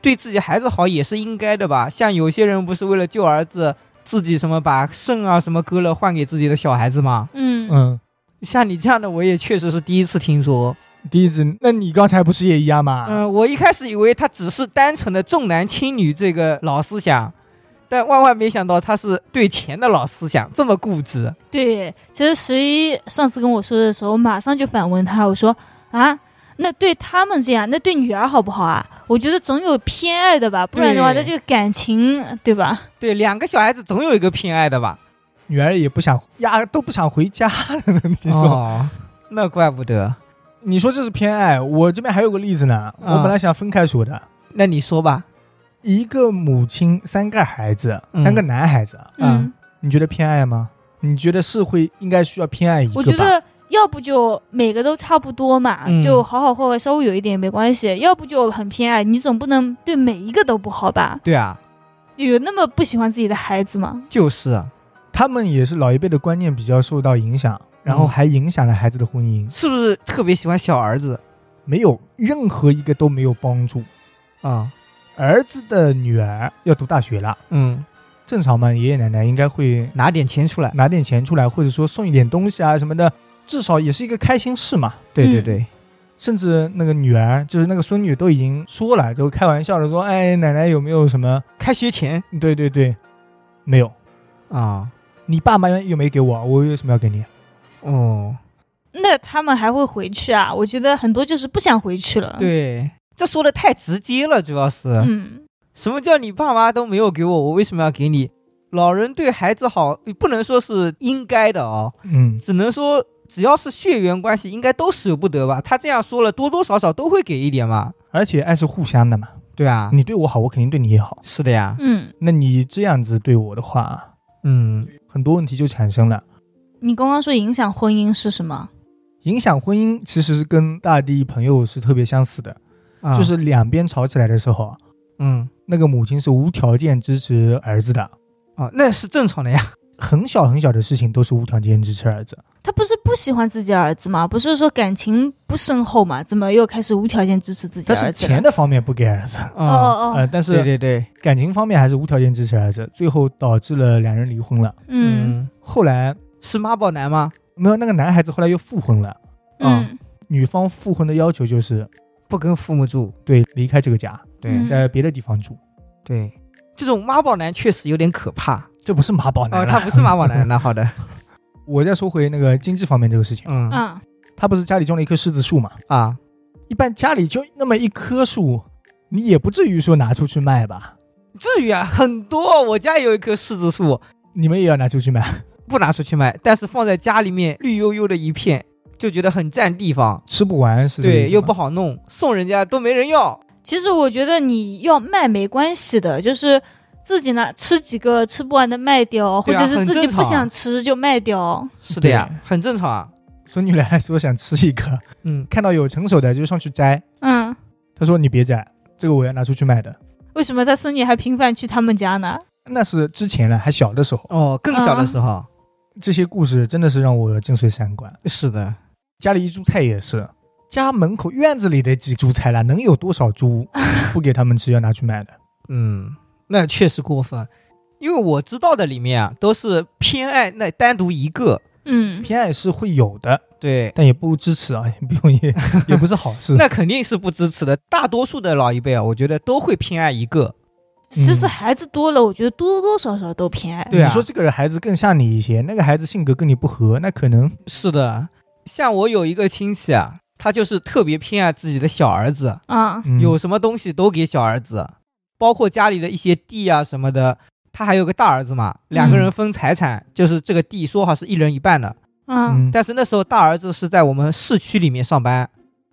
S3: 对自己孩子好也是应该的吧。像有些人不是为了救儿子，自己什么把肾啊什么割了换给自己的小孩子吗？
S2: 嗯，
S1: 嗯，
S3: 像你这样的，我也确实是第一次听说。
S1: 第一次，那你刚才不是也一样吗？
S3: 嗯，我一开始以为他只是单纯的重男轻女这个老思想，但万万没想到他是对钱的老思想，这么固执。
S2: 对。其实十一上次跟我说的时候，我马上就反问他，我说啊，那对他们这样，那对女儿好不好啊？我觉得总有偏爱的吧，不然的话，
S3: 对
S2: 那这个感情，对吧？
S3: 对，两个小孩子总有一个偏爱的吧？
S1: 女儿也不想呀，都不想回家了。你说，
S3: 哦，那怪不得。
S1: 你说这是偏爱，我这边还有个例子呢，我
S3: 啊
S1: 本来想分开说的，
S3: 那你说吧，
S1: 一个母亲三个孩子，
S3: 嗯
S1: 三个男孩子，
S3: 嗯
S2: 嗯
S1: 你觉得偏爱吗？你觉得是会应该需要偏爱一
S2: 我
S1: 个
S2: 觉
S1: 吧？
S2: 得要不就每个都差不多嘛，
S3: 嗯
S2: 就好好坏坏稍微有一点也没关系；要不就很偏爱，你总不能对每一个都不好吧？
S3: 对啊，
S2: 有那么不喜欢自己的孩子吗？
S3: 就是啊，
S1: 他们也是老一辈的观念比较受到影响，然后还影响了孩子的婚姻，
S3: 是不是特别喜欢小儿子
S1: 没有任何一个都没有帮助。
S3: 啊？
S1: 儿子的女儿要读大学了，
S3: 嗯，
S1: 正常嘛，爷爷奶奶应该会
S3: 拿点钱出来。
S1: 拿点钱出来，或者说送一点东西啊什么的，至少也是一个开心事嘛。
S3: 对对
S2: 嗯
S3: 对，
S1: 甚至那个女儿，就是那个孙女，都已经说了，就开玩笑的说：“哎，奶奶有没有什么
S3: 开学前？”
S1: 对对对，没有，
S3: 啊，
S1: 你爸妈又没给我，我为什么要给你？
S3: 哦，
S2: 那他们还会回去啊？我觉得很多就是不想回去了。，
S3: 对，这说的太直接了，主要是、
S2: 嗯，
S3: 什么叫你爸妈都没有给我，我为什么要给你？老人对孩子好，不能说是应该的哦，
S1: 嗯，
S3: 只能说只要是血缘关系，应该都舍不得吧？他这样说了，多多少少都会给一点嘛。
S1: 而且爱是互相的嘛，
S3: 对啊，
S1: 你对我好，我肯定对你也好。
S3: 是的呀，
S2: 嗯，
S1: 那你这样子对我的话，
S3: 嗯，
S1: 很多问题就产生了。
S2: 你刚刚说影响婚姻是什么？
S1: 影响婚姻其实是跟大地朋友是特别相似的，
S3: 啊
S1: 就是两边吵起来的时候啊，
S3: 嗯，
S1: 那个母亲是无条件支持儿子的，
S3: 哦，那是正常的呀。
S1: 很小很小的事情都是无条件支持儿子。
S2: 他不是不喜欢自己儿子吗？不是说感情不深厚吗？怎么又开始无条件支持自己
S1: 但
S2: 儿
S1: 是
S2: 子了
S1: 钱？的方面不给儿子，
S2: 哦
S3: 哦，
S2: 哦
S1: 呃，
S2: 哦，
S1: 但
S3: 对
S1: 是
S3: 对对，
S1: 感情方面还是无条件支持儿子，最后导致了两人离婚了。
S2: 嗯，
S1: 后来
S3: 是妈宝男吗？
S1: 没有那个男孩子后来又复婚了，
S3: 哦
S2: 嗯
S1: 女方复婚的要求就是
S3: 不跟父母住，
S1: 对离开这个家，
S3: 对、
S2: 嗯
S1: 在别的地方住，
S3: 对，这种妈宝男确实有点可怕。
S1: 这不是妈宝男
S3: 哦，
S1: 了
S3: 他不是妈宝男，那好 的，
S1: 我再说回那个经济方面这个事情，
S3: 嗯
S2: 啊，
S1: 他不是家里种了一棵柿子树嘛？
S3: 啊，
S1: 一般家里就那么一棵树，你也不至于说拿出去卖吧？
S3: 至于啊，很多，我家有一棵柿子树，
S1: 你们也要拿出去卖，
S3: 不拿出去卖，但是放在家里面绿油油的一片，就觉得很占地方，
S1: 吃不完是这个意思
S3: 对，
S1: 吗
S3: 又不好弄，送人家都没人要。
S2: 其实我觉得你要卖没关系的，就是自己拿吃几个吃不完的卖掉，或
S3: 对
S2: 者
S3: 啊
S2: 是自己
S3: 很正常
S2: 不想吃就卖掉。
S3: 是的呀，很正常啊。
S1: 孙女来说想吃一个，
S3: 嗯，
S1: 看到有成熟的就上去摘，
S2: 嗯，
S1: 她说你别摘，这个我要拿出去卖的。
S2: 为什么他孙女还频繁去他们家呢？
S1: 那是之前了，还小的时候，
S3: 哦，更小的时候，
S1: 这些故事真的是让我尽碎三观。
S3: 是的，
S1: 家里一株菜也是，家门口院子里的几株菜啦，能有多少 株不给他们吃要拿去卖的？
S3: 嗯，那确实过分，因为我知道的里面啊，都是偏爱那单独一个，
S2: 嗯，
S1: 偏爱是会有的，
S3: 对，
S1: 但也不支持啊， 也不也也不是好 事。
S3: 那肯定是不支持的。大多数的老一辈啊，我觉得都会偏爱一个。
S2: 其实孩子多了，我觉得多多少少都偏爱。
S3: 对啊
S1: 你说这个孩子更像你一些，那个孩子性格跟你不合，那可能
S3: 是的，像我有一个亲戚啊，他就是特别偏爱自己的小儿子，
S2: 啊，
S1: 嗯
S3: 有什么东西都给小儿子，包括家里的一些地啊什么的。他还有个大儿子嘛，两个人分财产，就是这个地说好是一人一半的。
S2: 嗯
S1: 嗯，
S3: 但是那时候大儿子是在我们市区里面上班，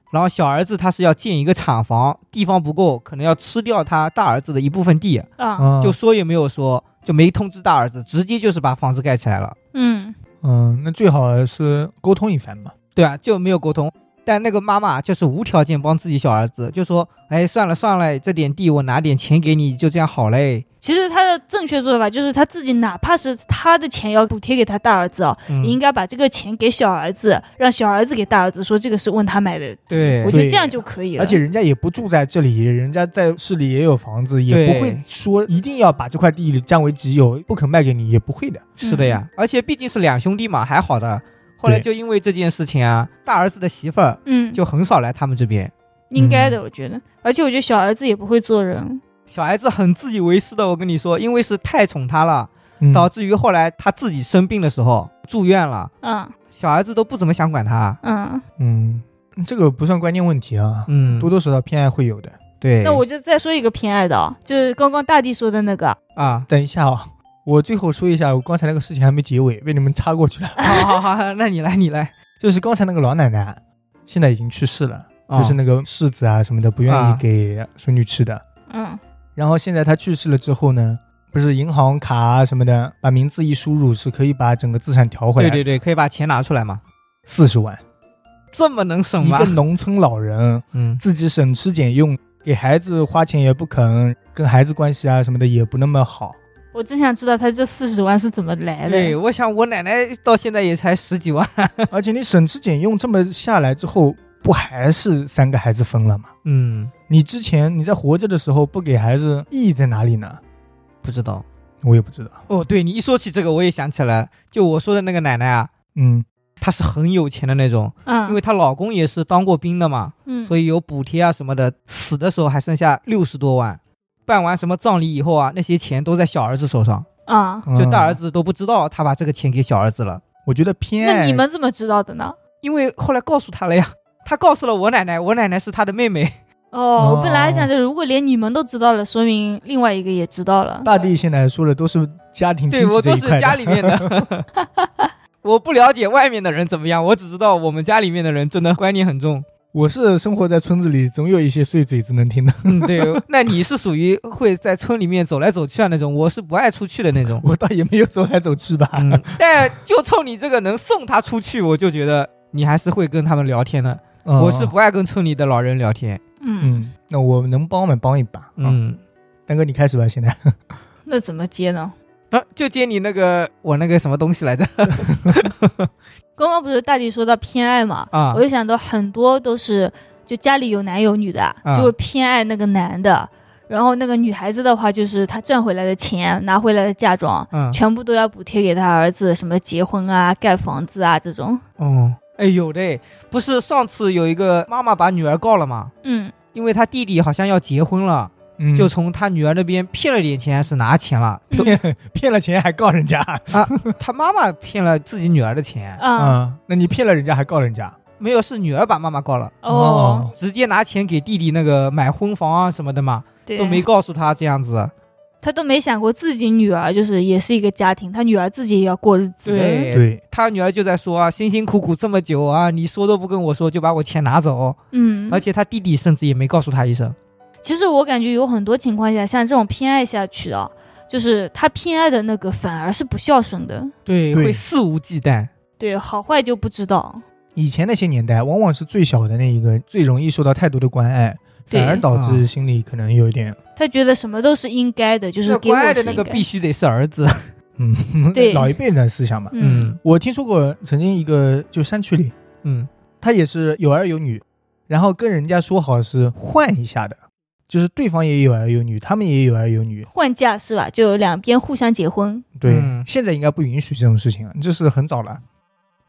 S3: 然后小儿子他是要建一个厂房，地方不够，可能要吃掉他大儿子的一部分地，
S2: 啊，
S1: 啊
S3: 就说也没有说，就没通知大儿子，直接就是把房子盖起来了。
S2: 嗯
S1: 嗯，那最好是沟通一番嘛。
S3: 对啊，就没有沟通。但那个妈妈就是无条件帮自己小儿子，就说：“哎，算了算了，这点地我拿点钱给你，就这样好嘞。
S2: 其实他的正确做法就是他自己，哪怕是他的钱要补贴给他大儿子哦，
S3: 嗯
S2: 也应该把这个钱给小儿子，让小儿子给大儿子说这个是问他买的。
S3: 对
S2: 我觉得
S1: 对
S2: 这样就可以了。
S1: 而且人家也不住在这里，人家在市里也有房子，也
S3: 对
S1: 不会说一定要把这块地占为己有，不肯卖给你，也不会的。
S3: 是的
S2: 嗯
S3: 呀，而且毕竟是两兄弟嘛，还好的。后来
S1: 对
S3: 就因为这件事情啊，大儿子的媳妇儿
S2: 嗯，
S3: 就很少来他们这边。
S2: 应该
S3: 嗯
S2: 的，我觉得。而且我觉得小儿子也不会做人。
S3: 小孩子很自以为是的，我跟你说，因为是太宠他了，
S1: 嗯
S3: 导致于后来他自己生病的时候住院了，
S2: 嗯
S3: 小儿子都不怎么想管他。
S2: 嗯，
S1: 嗯，这个不算关键问题啊，
S3: 嗯，
S1: 多多少少偏爱会有的。，
S3: 对。
S2: 那我就再说一个偏爱的哦，就是刚刚大地说的那个，
S3: 啊
S1: 等一下啊，我最后说一下，我刚才那个事情还没结尾，被你们插过去了。
S3: 好好好好，那你来，你来。
S1: 就是刚才那个老奶奶，现在已经去世了，
S3: 啊
S1: 就是那个柿子啊什么的，不愿意
S3: 啊
S1: 给孙女吃的。
S2: 嗯
S1: 然后现在他去世了之后呢，不是银行卡啊什么的，把名字一输入是可以把整个资产调回
S3: 哦对
S1: 来，
S3: 对对，可以把钱拿出来嘛。
S1: 四十万。
S3: 这么能省
S1: 一
S3: 吗
S1: 个？农村老人
S3: 嗯，
S1: 自己省吃俭用给孩子花钱也不肯，跟孩子关系啊什么的也不那么 好。
S4: 我真想知道他这四十万是怎么来
S3: 对，
S4: 的。
S3: 我想我奶奶到现在也才十几万。
S1: 而且你省吃俭用这么下来之后，不还是三个孩子分了吗？
S3: 嗯，
S1: 你之前你在活着的时候不给孩子意义在哪里呢？
S3: 不知道。
S1: 我也不知道。
S3: 哦，对你一说起这个，我也想起来，就我说的那个奶奶啊，
S1: 嗯，
S3: 她是很有钱的那种，因
S4: 嗯
S3: 为她老公也是当过兵的嘛，
S4: 嗯，
S3: 所以有补贴啊什么的。死的时候还剩下六十多万，办完什么葬礼以后啊，那些钱都在小儿子手上，
S4: 啊，
S3: 就大儿
S1: 子，
S3: 子都不知道他把这个钱给小儿子了，
S1: 嗯我觉得偏
S4: 那
S1: 爱
S4: 你们怎么知道的呢？
S3: 因为后来告诉他了呀， 他告诉了我奶奶，我奶奶是他的妹 妹。
S4: 哦，我本来
S1: 哦
S4: 想着，如果连你们都知道了，说明另外一个也知道了。
S1: 大地现在说的都是家庭
S3: 对
S1: 亲戚
S3: 我
S1: 这
S3: 都
S1: 一
S3: 是
S1: 块的
S3: 家里面 的，我不了解外面的人怎么样，我只知道我们家里面的人真的观念很重。
S1: 我是生活在村子里，总有一些碎嘴子能听到。
S3: 嗯， 对，那你是属于会在村里面走来走去的那种，我是不爱出去的那种。
S1: 我倒也没有走来走去吧。
S3: 嗯，但就冲你这个能送他出去，我就觉得你还是会跟他们聊天的。
S1: 嗯
S3: 我是不爱跟村里的老人聊天。
S4: 嗯，
S1: 嗯，那我能帮我们帮一把。嗯，
S3: 嗯，
S1: 丹哥你开始吧，现在。
S4: 那怎么接呢？
S3: 啊、就接你那个我那个什么东西来着
S2: 刚刚不是大地说到偏爱嘛，
S3: 啊
S2: 我？就想到很多都是就家里有男有女的，
S3: 啊
S2: 就会偏爱那个男的。然后那个女孩子的话，就是她赚回来的钱，拿回来的嫁妆，
S3: 嗯，
S2: 全部都要补贴给她儿子，什么结婚啊、盖房子啊这种。
S3: 哦，哎，有的哎，不是上次有一个妈妈把女儿告了吗？
S2: 嗯，
S3: 因为她弟弟好像要结婚了，
S1: 嗯
S3: 就从她女儿那边骗了点钱，是拿钱了，
S2: 嗯
S1: 骗骗了钱还告人家
S3: 她妈妈骗了自己女儿的钱，
S2: 啊，
S1: 嗯，那你骗了人家还告人家
S3: 没有，是女儿把妈妈告了，
S2: 哦，，
S3: 直接拿钱给弟弟那个买婚房啊什么的嘛，
S4: 对，
S3: 都没告诉他这样子。
S2: 她都没想过自己女儿就是也是一个家庭，她女儿自己也要过日子。，
S1: 对，
S3: 他哎女儿就在说啊，辛辛苦苦这么久啊，你说都不跟我说就把我钱拿走，
S2: 嗯，
S3: 而且他弟弟甚至也没告诉他一声。
S2: 其实我感觉有很多情况下，像这种偏爱下去啊，就是她偏爱的那个反而是不孝顺的，
S3: 对
S1: 对
S3: 会肆无忌惮。
S2: 对，好坏就不知道。
S1: 以前那些年代，往往是最小的那一个最容易受到太多的关爱，
S2: 对
S1: 反而导致心里可能有一点，
S2: 他觉得什么都是应该的，就是
S3: 那
S2: 给我
S3: 关爱
S2: 是
S3: 的
S2: 应
S3: 那个
S2: 该
S3: 必须得是儿子。
S1: 嗯，
S2: 对
S1: 老一辈的思想嘛。
S2: 嗯，
S1: 我听说过曾经一个就山区里，
S3: 嗯
S1: 他也是有儿有女，然后跟人家说好是换一下的，就是对方也有儿有女，他们也有儿有女。
S2: 换嫁是吧？就两边互相结婚。
S1: 对，
S3: 嗯
S1: 现在应该不允许这种事情了，这是很早了。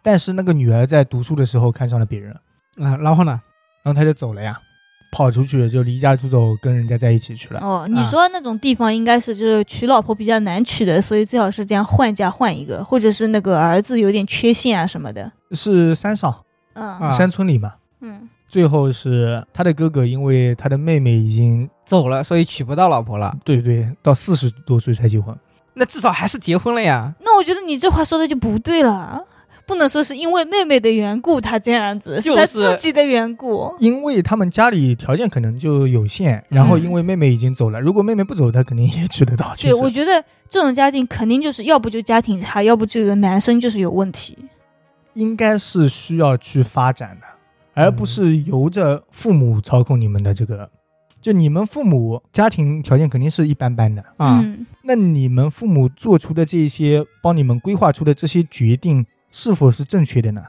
S1: 但是那个女儿在读书的时候看上了别人，
S3: 嗯，然后呢？
S1: 然后她就走了呀，跑出去就离家出走，跟人家在一起去了。
S2: 哦，你说那种地方应该是就是娶老婆比较难娶的，所以最好是这样换嫁换一个，或者是那个儿子有点缺陷啊什么的。
S1: 是山上
S2: 嗯
S3: 啊
S1: 山村里嘛，
S2: 嗯，
S1: 最后是他的哥哥，因为他的妹妹已经
S3: 走了，所以娶不到老婆了。
S1: 对对到四十多岁才结婚，
S3: 那至少还是结婚了呀。
S2: 那我觉得你这话说的就不对了，啊不能说是因为妹妹的缘故他这样子，
S3: 就是
S2: 他自己的缘故。
S1: 因为他们家里条件可能就有限，
S2: 嗯
S1: 然后因为妹妹已经走了，如果妹妹不走，他肯定也娶得到。
S2: 对，
S1: 确实
S2: 我觉得这种家庭肯定就是要不就家庭差，要不这个男生就是有问题。
S1: 应该是需要去发展的，而不是
S2: 嗯
S1: 由着父母操控你们的这个。就你们父母家庭条件肯定是一般般的，
S3: 啊、
S2: 嗯，
S1: 那你们父母做出的这些帮你们规划出的这些决定是否是正确的呢？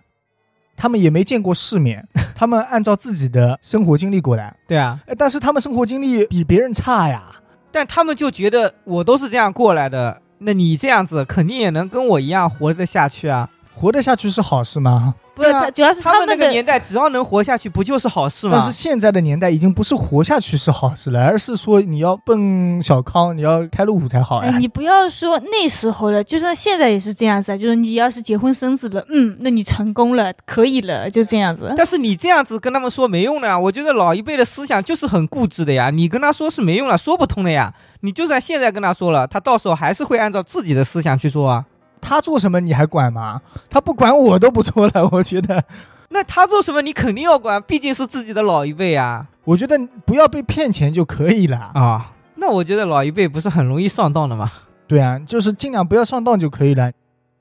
S1: 他们也没见过世 面，他们按照自己的生活经历过来，
S3: 对啊，
S1: 呃但是他们生活经历比别人差呀。
S3: 但他们就觉得我都是这样过来的，那你这样子肯定也能跟我一样活得下去啊。
S1: 活得下去是好事吗？
S2: 不是，
S3: 对啊
S2: 他主要是
S3: 他们那
S2: 们
S3: 个
S2: 的
S3: 年代，只要能活下去，不就是好事吗
S1: 但？是现在的年代已经不是活下去是好事了，而是说你要奔小康，你要开路虎才好呀。
S2: 哎，你不要说那时候了，就算现在也是这样子啊。就是你要是结婚生子了，嗯，那你成功了，可以了，就这样子。
S3: 但是你这样子跟他们说没用的啊！我觉得老一辈的思想就是很固执的呀，你跟他说是没用了，说不通的呀。你就算现在跟他说了，他到时候还是会按照自己的思想去做啊。
S1: 他做什么你还管吗？他不管我都不错了，我觉得，
S3: 那他做什么你肯定要管，毕竟是自己的老一辈啊。
S1: 我觉得不要被骗钱就可以了。
S3: 啊，那我觉得老一辈不是很容易上当的吗？
S1: 对啊，就是尽量不要上当就可以了。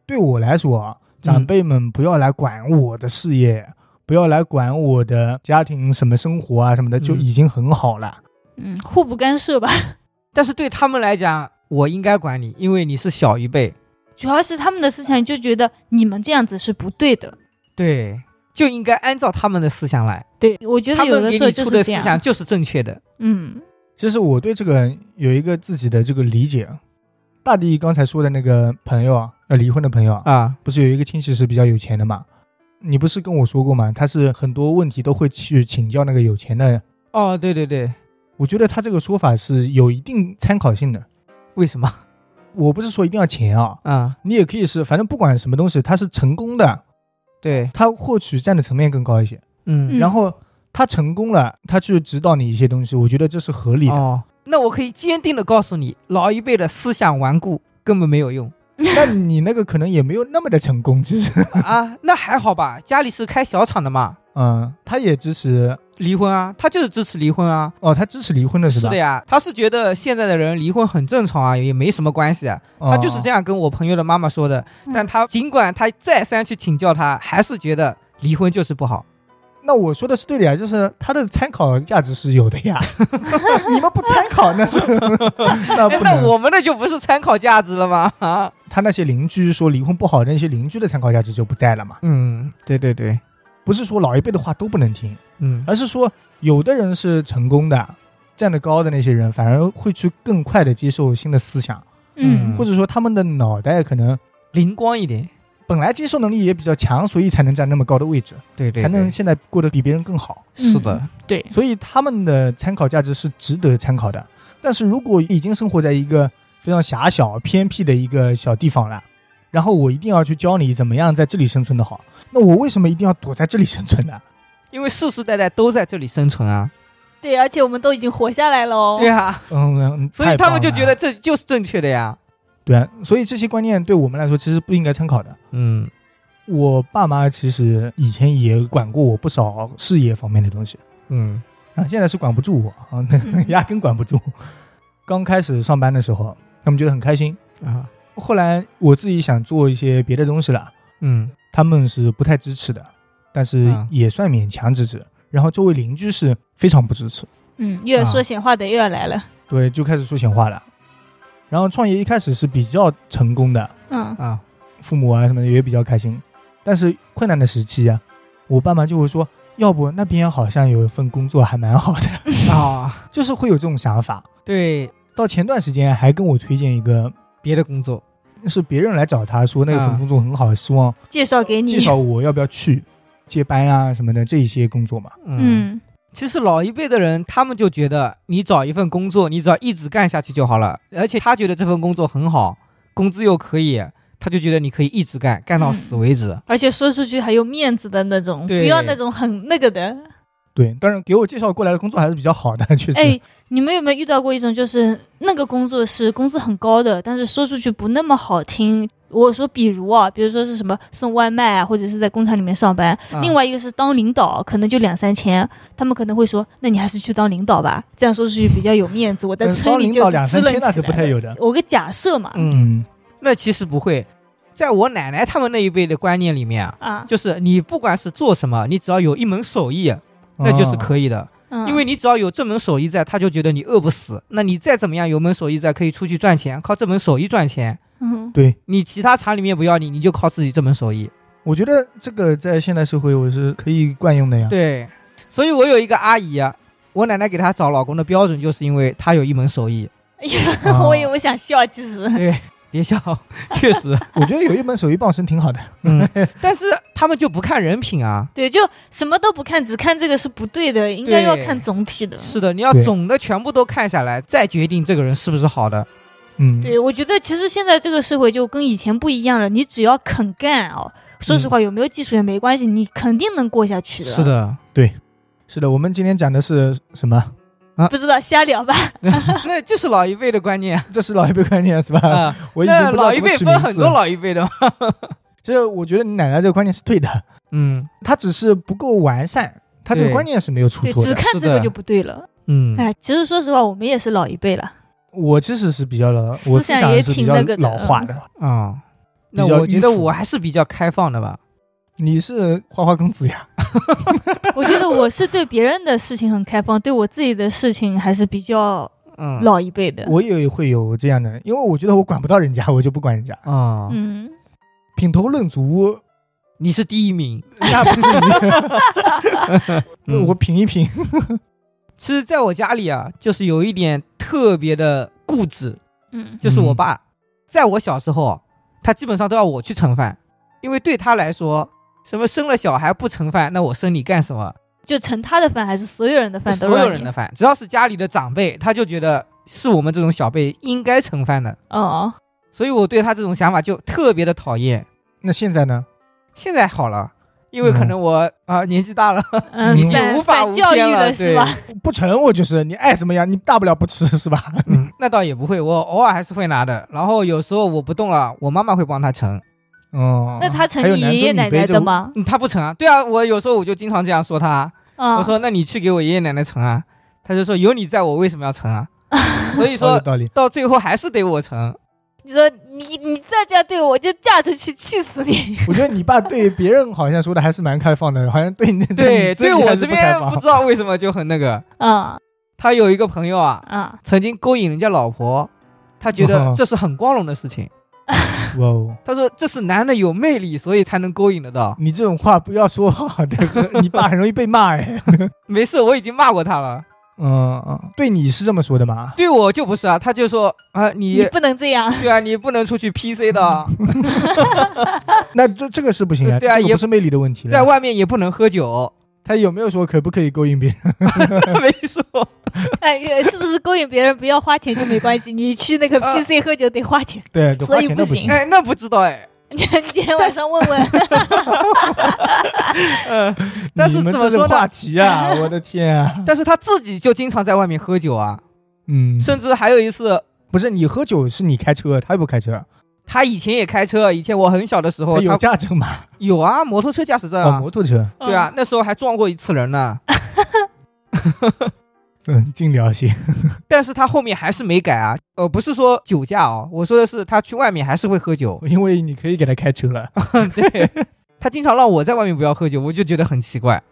S1: 对我来说啊，长辈们不要来管我的事业，不要来管我的家庭什么生活啊什么的，
S3: 嗯
S1: 就已经很好了。
S4: 嗯，互不干涉吧。
S3: 但是对他们来讲，我应该管你，因为你是小一辈。
S4: 主要是他们的思想就觉得你们这样子是不对的。
S3: 对，就应该按照他们的思想来，
S4: 对，我觉得
S3: 他
S4: 有
S3: 们
S4: 的
S3: 给
S4: 时候
S3: 你
S4: 就
S3: 出
S4: 是
S3: 的
S4: 这
S3: 思
S4: 样。
S3: 想就是正确的。
S4: 嗯，
S1: 其实我对这个有一个自己的这个理解。啊大地刚才说的那个朋友啊，要离婚的朋友啊，
S3: 啊，
S1: 不是有一个亲戚是比较有钱的嘛？你不是跟我说过嘛？他是很多问题都会去请教那个有钱的。
S3: 哦，对对对，
S1: 我觉得他这个说法是有一定参考性的。
S3: 为什么
S1: 我不是说一定要钱啊，
S3: 啊？
S1: 你也可以是，反正不管什么东西，他是成功的，
S3: 对，
S1: 他获取占的层面更高一些。
S4: 嗯
S3: 嗯，
S1: 然后他成功了，他去指导你一些东西，我觉得这是合理的。
S3: 哦，那我可以坚定的告诉你，老一辈的思想顽固，根本没有 用
S1: 但你那个可能也没有那么的成功，其实，
S3: 啊。那还好吧，家里是开小厂的嘛，
S1: 嗯，他也支持
S3: 离婚啊，他就是支持离婚啊。
S1: 哦，他支持离婚的是吧？
S3: 的呀，他是觉得现在的人离婚很正常啊，也没什么关系啊。
S1: 哦
S3: 他就是这样跟我朋友的妈妈说的。但他尽管他再三去请教他，还是觉得离婚就是不好。
S1: 那我说的是对的呀，就是他的参考价值是有的 呀。你们不参考那是那
S3: 哎
S1: 不
S3: 那
S1: 能。
S3: 我们的就不是参考价值了 吗？啊，
S1: 他那些邻居说离婚不好的那些邻居的参考价值就不在了嘛。
S3: 嗯，对对对，
S1: 不是说老一辈的话都不能听，
S3: 嗯，
S1: 而是说有的人是成功的。站得高的那些人反而会去更快的接受新的思想，
S4: 嗯
S3: 嗯
S1: 或者说他们的脑袋可能
S3: 灵光一点，
S1: 本来接受能力也比较强，所以才能站那么高的位置，
S3: 对对
S1: 才能现在过得比别人更好。
S3: 是的，
S4: 对，
S1: 所以他们的参考价值是值得参考的。但是如果已经生活在一个非常狭小、偏僻的一个小地方了，然后我一定要去教你怎么样在这里生存的好，那我为什么一定要躲在这里生存呢？
S3: 因为世世代代都在这里生存啊。
S2: 对，而且我们都已经活下来了哦。
S3: 对啊，
S1: 嗯，嗯
S3: 所以他们就觉得
S1: 太棒了
S3: 这就是正确的呀。
S1: 对啊，所以这些观念对我们来说其实不应该参考的。
S3: 嗯，
S1: 我爸妈其实以前也管过我不少事业方面的东西，
S3: 嗯
S1: 啊，现在是管不住我啊， 压根管不住。刚开始上班的时候，他们觉得很开心。
S3: 啊，
S1: 后来我自己想做一些别的东西了，
S3: 嗯
S1: 他们是不太支持的，但是
S3: 啊
S1: 也算勉强支持。然后周围邻居是非常不支持，
S4: 嗯，
S2: 又要说闲话的又要来了，
S1: 对，就开始说闲话了。然后创业一开始是比较成功的，
S4: 嗯
S3: 啊，
S1: 父母啊什么的也比较开心。但是困难的时期啊，我爸妈就会说，要不那边好像有一份工作还蛮好的，
S3: 啊，
S1: 就是会有这种想法。
S3: 对，
S1: 到前段时间还跟我推荐一个
S3: 别的工作，
S1: 是别人来找他说那份
S3: 啊
S1: 工作很好，希望
S2: 介绍给你
S1: 介。绍我要不要去接班啊什么的这一些工作嘛。
S3: 嗯，
S4: 嗯，
S3: 其实老一辈的人，他们就觉得你找一份工作，你只要一直干下去就好了，而且他觉得这份工作很好，工资又可以，他就觉得你可以一直干，干到死为止。
S2: 而且说出去还有面子的那种，不
S3: 对
S2: 要那种很那个的。
S1: 对，当然给我介绍过来的工作还是比较好的， 确实。
S2: 哎，
S4: 你们有没有遇到过一种，就是那个工作是工资很高的，但是说出去不那么好听？我说，比如啊，比如说是什么送外卖啊，或者是在工厂里面上班。
S3: 啊
S4: 嗯另外一个是当领导，可能就两三千，他们可能会说，那你还是去当领导吧，这样说出去比较有面子。我在
S1: 但
S4: 村里
S1: 呃领
S4: 就
S1: 导
S4: 是
S1: 两
S4: 支
S1: 三
S4: 棱
S1: 千那
S4: 起
S1: 是不
S4: 来
S1: 太
S4: 的。
S1: 有的。
S4: 我个假设嘛，
S3: 嗯，
S1: 嗯，
S3: 那其实不会，在我奶奶他们那一辈的观念里面啊，
S4: 啊，
S3: 就是你不管是做什么，你只要有一门手艺，那就是
S1: 以。
S3: 可以的。
S4: 嗯
S3: 因为你只要有这门手艺在，他就觉得你饿不死。那你再怎么样有门手艺在，可以出去赚钱，靠这门手艺赚钱。
S4: 嗯
S1: 对，
S3: 你其他厂里面不要你，你就靠自己这门手艺。
S1: 我觉得这个在现代社会我是可以惯用的呀。
S3: 对，所以我有一个阿姨啊，我奶奶给她找老公的标准就是因为她有一门手艺。
S1: 啊
S3: 哦
S2: 我也我想笑，其实
S3: 对，别笑，确实，
S1: 我觉得有一门手艺傍身挺好的。
S3: 嗯， 但是他们就不看人品啊。
S2: 对，就什么都不看，只看这个是不对的，应该要
S3: 对
S2: 看总体的。
S3: 是的，你要
S1: 对
S3: 总的全部都看下来，再决定这个人是不是好的。
S1: 嗯，
S2: 对，我觉得其实现在这个社会就跟以前不一样了，你只要肯干哦，说实话，有没有技术也没关系，你肯定能过下去的。
S3: 嗯
S1: 啊
S3: 是， 的，
S1: 是的，我们今天讲的是什么？
S2: 不知道瞎聊吧？
S3: 那就是老一辈的观念
S1: 这是老一辈观念是吧？
S3: 啊。
S1: 我已经
S3: 那
S1: 不知道
S3: 老一
S1: 怎么
S3: 辈
S1: 取
S3: 分
S1: 名
S3: 很
S1: 字
S3: 多
S1: 了。
S3: 老一辈的嘛。
S1: 这我觉得你奶奶这个观念是对的，
S3: 嗯
S1: 她只是不够完善，她这个
S3: 对
S1: 观念是没有出
S2: 对，
S1: 错
S2: 只
S1: 的。
S2: 看
S3: 是
S2: 这个
S3: 的
S2: 就不对了。
S3: 嗯，
S2: 哎，其实说实话，我们也是老一辈了。
S1: 我其实是比较老，我
S2: 思想
S1: 想
S2: 也
S1: 是比
S2: 挺
S1: 较
S2: 那个的嗯
S1: 老化的。
S3: 啊、那
S1: 比较迂
S3: 我觉得
S1: 腐
S3: 我还是比较开放的吧。
S1: 你是花花公子呀，
S2: 我觉得我是对别人的事情很开放，对我自己的事情还是比较
S3: 嗯
S2: 老一辈的。
S1: 我也会有这样的，因为我觉得我管不到人家，我 就不管人家。
S3: 啊，
S2: 嗯，
S1: 品头论足，
S3: 你是第一名。
S1: 那不至于，
S3: 嗯
S1: 我品一品。
S3: 其实在我家里啊，就是有一点特别的固执，
S2: 嗯
S3: 就是我
S1: 嗯
S3: 爸，在我小时候，他基本上都要我去盛饭，因为对他来说，什么生了小孩不盛饭，那我生你干什么？
S2: 就盛他的饭还是所有人的饭都
S3: 所有
S2: 让
S3: 人
S2: 你
S3: 的饭，只要是家里的长辈，他就觉得是我们这种小辈应该盛饭的，
S2: 哦，
S3: 所以我对他这种想法就特别的讨厌。
S1: 那现在呢？
S3: 现在好了，因为可能我啊、年纪大了，
S2: 嗯，
S1: 你就
S2: 反
S3: 无法
S2: 反
S3: 无
S2: 教育
S3: 天了
S2: 的是吧？
S1: 不成，我就是你爱怎么样，你大不了不吃是吧？
S3: 嗯， 那倒也不会，我偶尔还是会拿的。然后有时候我不动了，我妈妈会帮他盛。
S1: 哦，
S2: 那他成
S1: 还有
S2: 你
S1: 男
S2: 爷爷
S1: 尊女
S2: 奶
S1: 卑
S2: 奶
S1: 这
S2: 的
S1: 个？
S2: 吗？
S3: 嗯，他不盛啊。对啊，我有时候我就经常这样说他，
S2: 啊，
S3: 我说那你去给我爷爷奶奶盛啊，他就说有你在我为什么要盛啊？所以
S1: 说哦有
S3: 说
S1: 道理，
S3: 到最后还是得我盛。
S2: 你说你你再这样对我，我就嫁出去，气死你！
S1: 我觉得你爸对别人好像说的还是蛮开放的，好像对你
S3: 对，对我这边不
S1: 不
S3: 知道为什么就很那个。
S2: 啊
S3: 他有一个朋友啊，
S2: 啊，
S3: 曾经勾引人家老婆，他觉得
S1: 哦
S3: 这是很光荣的事情。
S1: 哇哦，
S3: 他说这是男的有魅力，所以才能勾引得到。
S1: 你这种话不要说 好的，你爸很容易被骂哎。
S3: 没事，我已经骂过他了。
S1: 嗯，嗯对你是这么说的吗？
S3: 对我就不是啊，他就说啊，
S2: 你
S3: 你
S2: 不能这样。
S3: 对啊，你不能出去 PC 的，
S1: 那这这个是不行啊，
S3: 对啊
S1: 这个
S3: 也
S1: 不是魅力的问题了。
S3: 在外面也不能喝酒。
S1: 他有没有说可不可以勾引别人？
S3: 没说，
S2: 哎，呃是不是勾引别人不要花钱就没关系？你去那个
S3: 啊
S2: PC 喝酒得花钱，
S1: 对，花
S2: 所以
S1: 钱
S2: 不
S1: 的不
S2: 行
S3: 哎，那不知道哎。
S2: 你今天晚上问问。
S3: 呃，但是
S1: 你
S3: 怎
S1: 们
S3: 么
S1: 这是
S3: 说
S1: 话
S3: 呢？
S1: 题啊？ 我的天啊！
S3: 但是他自己就经常在外面喝酒啊，
S1: 嗯，
S3: 甚至还有一次，
S1: 不是你喝酒是你开车，他又不开车，
S3: 他以前也开车，以前我很小的时候，
S1: 哎有
S3: 哦他
S1: 驾照吗？
S3: 有啊，摩托车驾驶证
S1: 哦，
S3: 啊
S1: 摩，托车，
S2: 嗯
S3: 对啊，那时候还撞过一次人呢。
S1: 嗯，尽聊些。
S3: 但是他后面还是没改啊，呃，不是说酒驾哦，我说的是他去外面还是会喝酒，
S1: 因为你可以给他开车了。
S3: 对，他经常让我在外面不要喝酒，我就觉得很奇怪。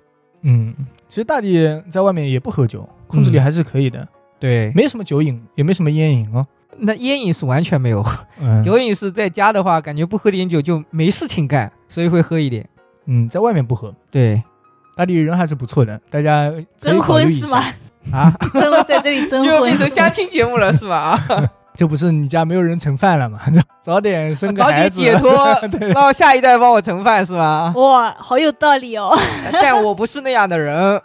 S1: 嗯，其实大地在外面也不喝酒，控制
S3: 嗯
S1: 力还是可以的，
S3: 对，
S1: 没什么酒瘾，也没什么烟瘾哦。
S3: 那烟瘾是完全没有，
S1: 嗯，
S3: 酒瘾是在家的话，感觉不喝点酒就没事情干，所以会喝一点。
S1: 嗯，在外面不喝。
S3: 对
S1: 大地人还是不错的，大家可以
S2: 征
S1: 考虑
S2: 婚
S1: 一
S2: 是
S1: 下
S2: 吗？？
S3: 啊，
S2: 征婚在这里 征
S3: 又变
S2: 婚
S3: 成相亲节目了是吧？ 啊，
S1: 这不是你家没有人盛饭了吗？ 早点生个
S3: 早
S1: 孩
S3: 点
S1: 子，
S3: 解 脱，让下一代帮我盛饭是 吧？
S2: 哇，好有道理哦。
S3: 但我不是那样的人，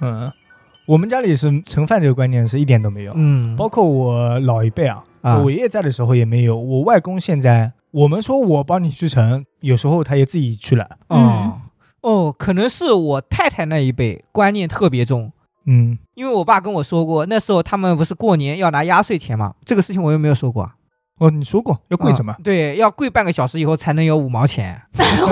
S1: 嗯，我们家里是盛饭这个观念是一点都没有，
S3: 嗯
S1: 包括我老一辈啊，
S3: 啊
S1: 我爷爷在的时候也没有。我外公现在，我们说我帮你去盛，有时候他也自己去了。
S3: 哦哦，可能是我太太那一辈观念特别重，
S1: 嗯，
S3: 因为我爸跟我说过，那时候他们不是过年要拿压岁钱嘛，这个事情我又没有说过啊。
S1: 哦，你说过要跪着嘛
S3: 啊？对，要跪半个小时以后才能有五毛钱。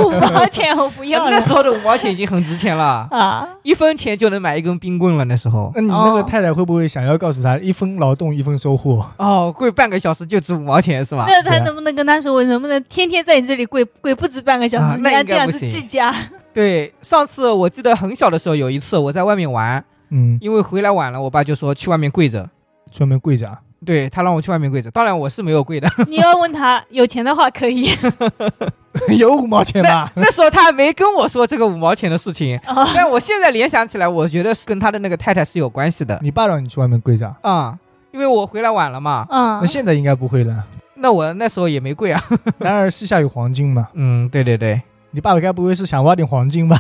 S2: 五毛钱我不要了，
S3: 那时候的五毛钱已经很值钱了
S2: 啊！
S3: 一分钱就能买一根冰棍了。那时候
S1: 那你那个
S2: 哦
S1: 太太会不会想要告诉他，一分劳动一分收获？
S3: 哦，跪半个小时就值五毛钱是吧？
S2: 那
S1: 对
S2: 他
S1: 啊
S2: 能不能跟他说，我能不能天天在你这里跪跪不止半个小
S3: 啊
S2: 时？
S3: 那
S2: 你要
S3: 应该
S2: 这样
S3: 不
S2: 子
S3: 行
S2: 计 价，
S3: 对，上次我记得很小的时候有一次我在外面玩，
S1: 嗯，
S3: 因为回来晚了，我爸就说去外面跪着。
S1: 专门跪着啊。
S3: 对他让我去外面跪着，当然我是没 有跪的。
S2: 你要问他有钱的话可以。
S1: 有五毛钱吧？
S3: 那时候他还没跟我说这个五毛钱的 事情，但我现在联想起来，我觉得是跟他的那个太太是有关系的。
S1: 你爸让你去外面跪着啊，
S3: 啊、因为我回来晚了嘛，
S2: 嗯
S1: 那，现在应该不会了。
S3: 那我那时候也没跪啊。
S1: 然而膝下有黄金嘛，
S3: 嗯，对对对，
S1: 你爸该不会是想挖点黄金吧？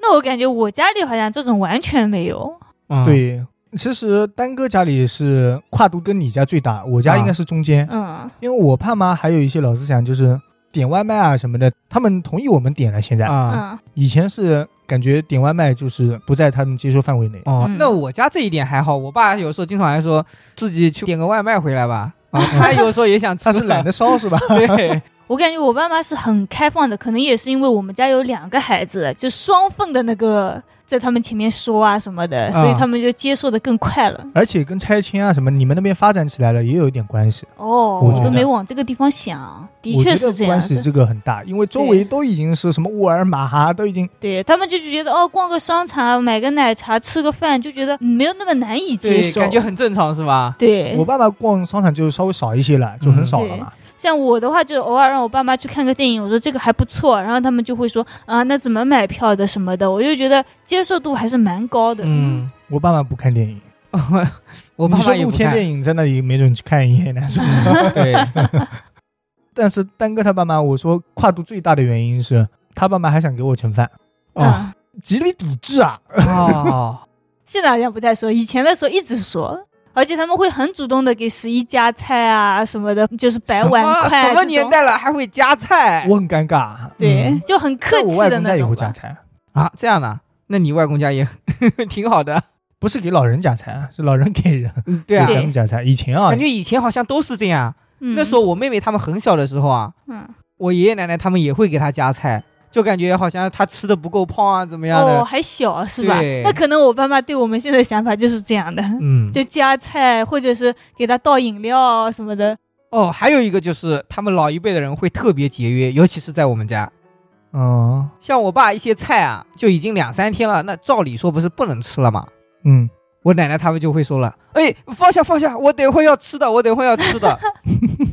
S2: 那我感觉我家里好像这种完全没有。
S3: 嗯，
S1: 对，其实丹哥家里是跨度跟你家最大，我
S2: 啊
S1: 家应该是中间，
S2: 嗯
S1: 因为我爸妈还有一些老思想，就是点外卖啊什么的，他们同意我们点了。现在、
S3: 啊、
S2: 嗯
S1: 以前是感觉点外卖就是不在他们接受范围内，
S3: 哦，
S2: 嗯
S3: 那我家这一点还好，我爸有时候经常还说自己去点个外卖回来吧，啊，他有时候也想吃，
S1: 他是懒得烧是吧？
S3: 对。
S2: 我感觉我爸妈是很开放的，可能也是因为我们家有两个孩子，就双份的那个在他们前面说啊什么的，所以
S3: 啊
S2: 他们就接受的更快了。
S1: 而且跟拆迁啊什么，你们那边发展起来了也有一点关系。
S2: 哦，
S1: 我
S2: 我
S1: 觉得
S2: 都没往这个地方想，的
S1: 我
S2: 确
S1: 觉
S2: 是
S1: 得
S2: 这样
S1: 关。系这个很大，因为周围都已经是什么沃尔玛啊，都已经
S2: 对他们就觉得哦，逛个商场、买个奶茶、吃个饭，就觉得嗯没有那么难以 接
S3: 对，
S2: 受。
S3: 感觉很正常是吧？
S2: 对嗯
S1: 我，爸爸逛商场就稍微少一些了，就很少了嘛。
S2: 像我的话，就偶尔让我爸妈去看个电影，我说这个还不错，然后他们就会说啊，那怎么买票的什么的，我就觉得接受度还是蛮高的。
S3: 嗯，
S1: 我爸爸不看电影，
S3: 我爸
S1: 你
S3: 妈
S1: 说
S3: 也
S1: 露
S3: 不
S1: 天
S3: 看。
S1: 电影在那里没准去看一眼也难受。
S3: 对，
S1: 但是丹哥他爸妈，我说跨度最大的原因是他爸妈还想给我盛饭，
S3: 哦
S2: 啊，
S1: 极力抵制啊。
S3: 哦，
S2: 现在好像不太说，以前的时候一直说。而且他们会很主动的给十一加菜啊什么的，就是摆碗
S3: 什么啊
S2: 筷
S3: 什么
S2: 这种
S3: 年代了还会加菜？
S1: 我很尴尬。
S2: 对，
S1: 嗯，
S2: 就很客
S1: 但
S2: 气
S1: 我外
S2: 的
S1: 公家
S2: 那
S1: 也
S2: 种
S1: 会夹
S2: 吧。
S1: 菜，
S3: 啊，这样的，那你外公家也 挺好的。
S1: 不是给老人夹菜，啊是老人给人，
S3: 嗯， 对
S1: 给
S3: 啊，
S1: 咱们夹菜。以前啊
S3: 感，觉以前好像都是这样。
S2: 嗯
S3: 那时候我妹妹他们很小的时候啊，
S2: 嗯，
S3: 我爷爷奶奶他们也会给她加菜，就感觉好像她吃的不够胖啊，怎么样
S2: 哦，
S3: 的？
S2: 还小是吧
S3: 对？
S2: 那可能我爸妈对我们现在想法就是这样的，
S1: 嗯，
S2: 就加菜或者是给他倒饮料啊什么的。
S3: 哦，还有一个就是他们老一辈的人会特别节约，尤其是在我们家。
S1: 嗯
S3: 像我爸一些菜啊，就已经两三天了，那照理说不是不能吃了吗？
S1: 嗯，
S3: 我奶奶他们就会说了：“哎，放下放下，我等会要吃的，我等会要吃的。”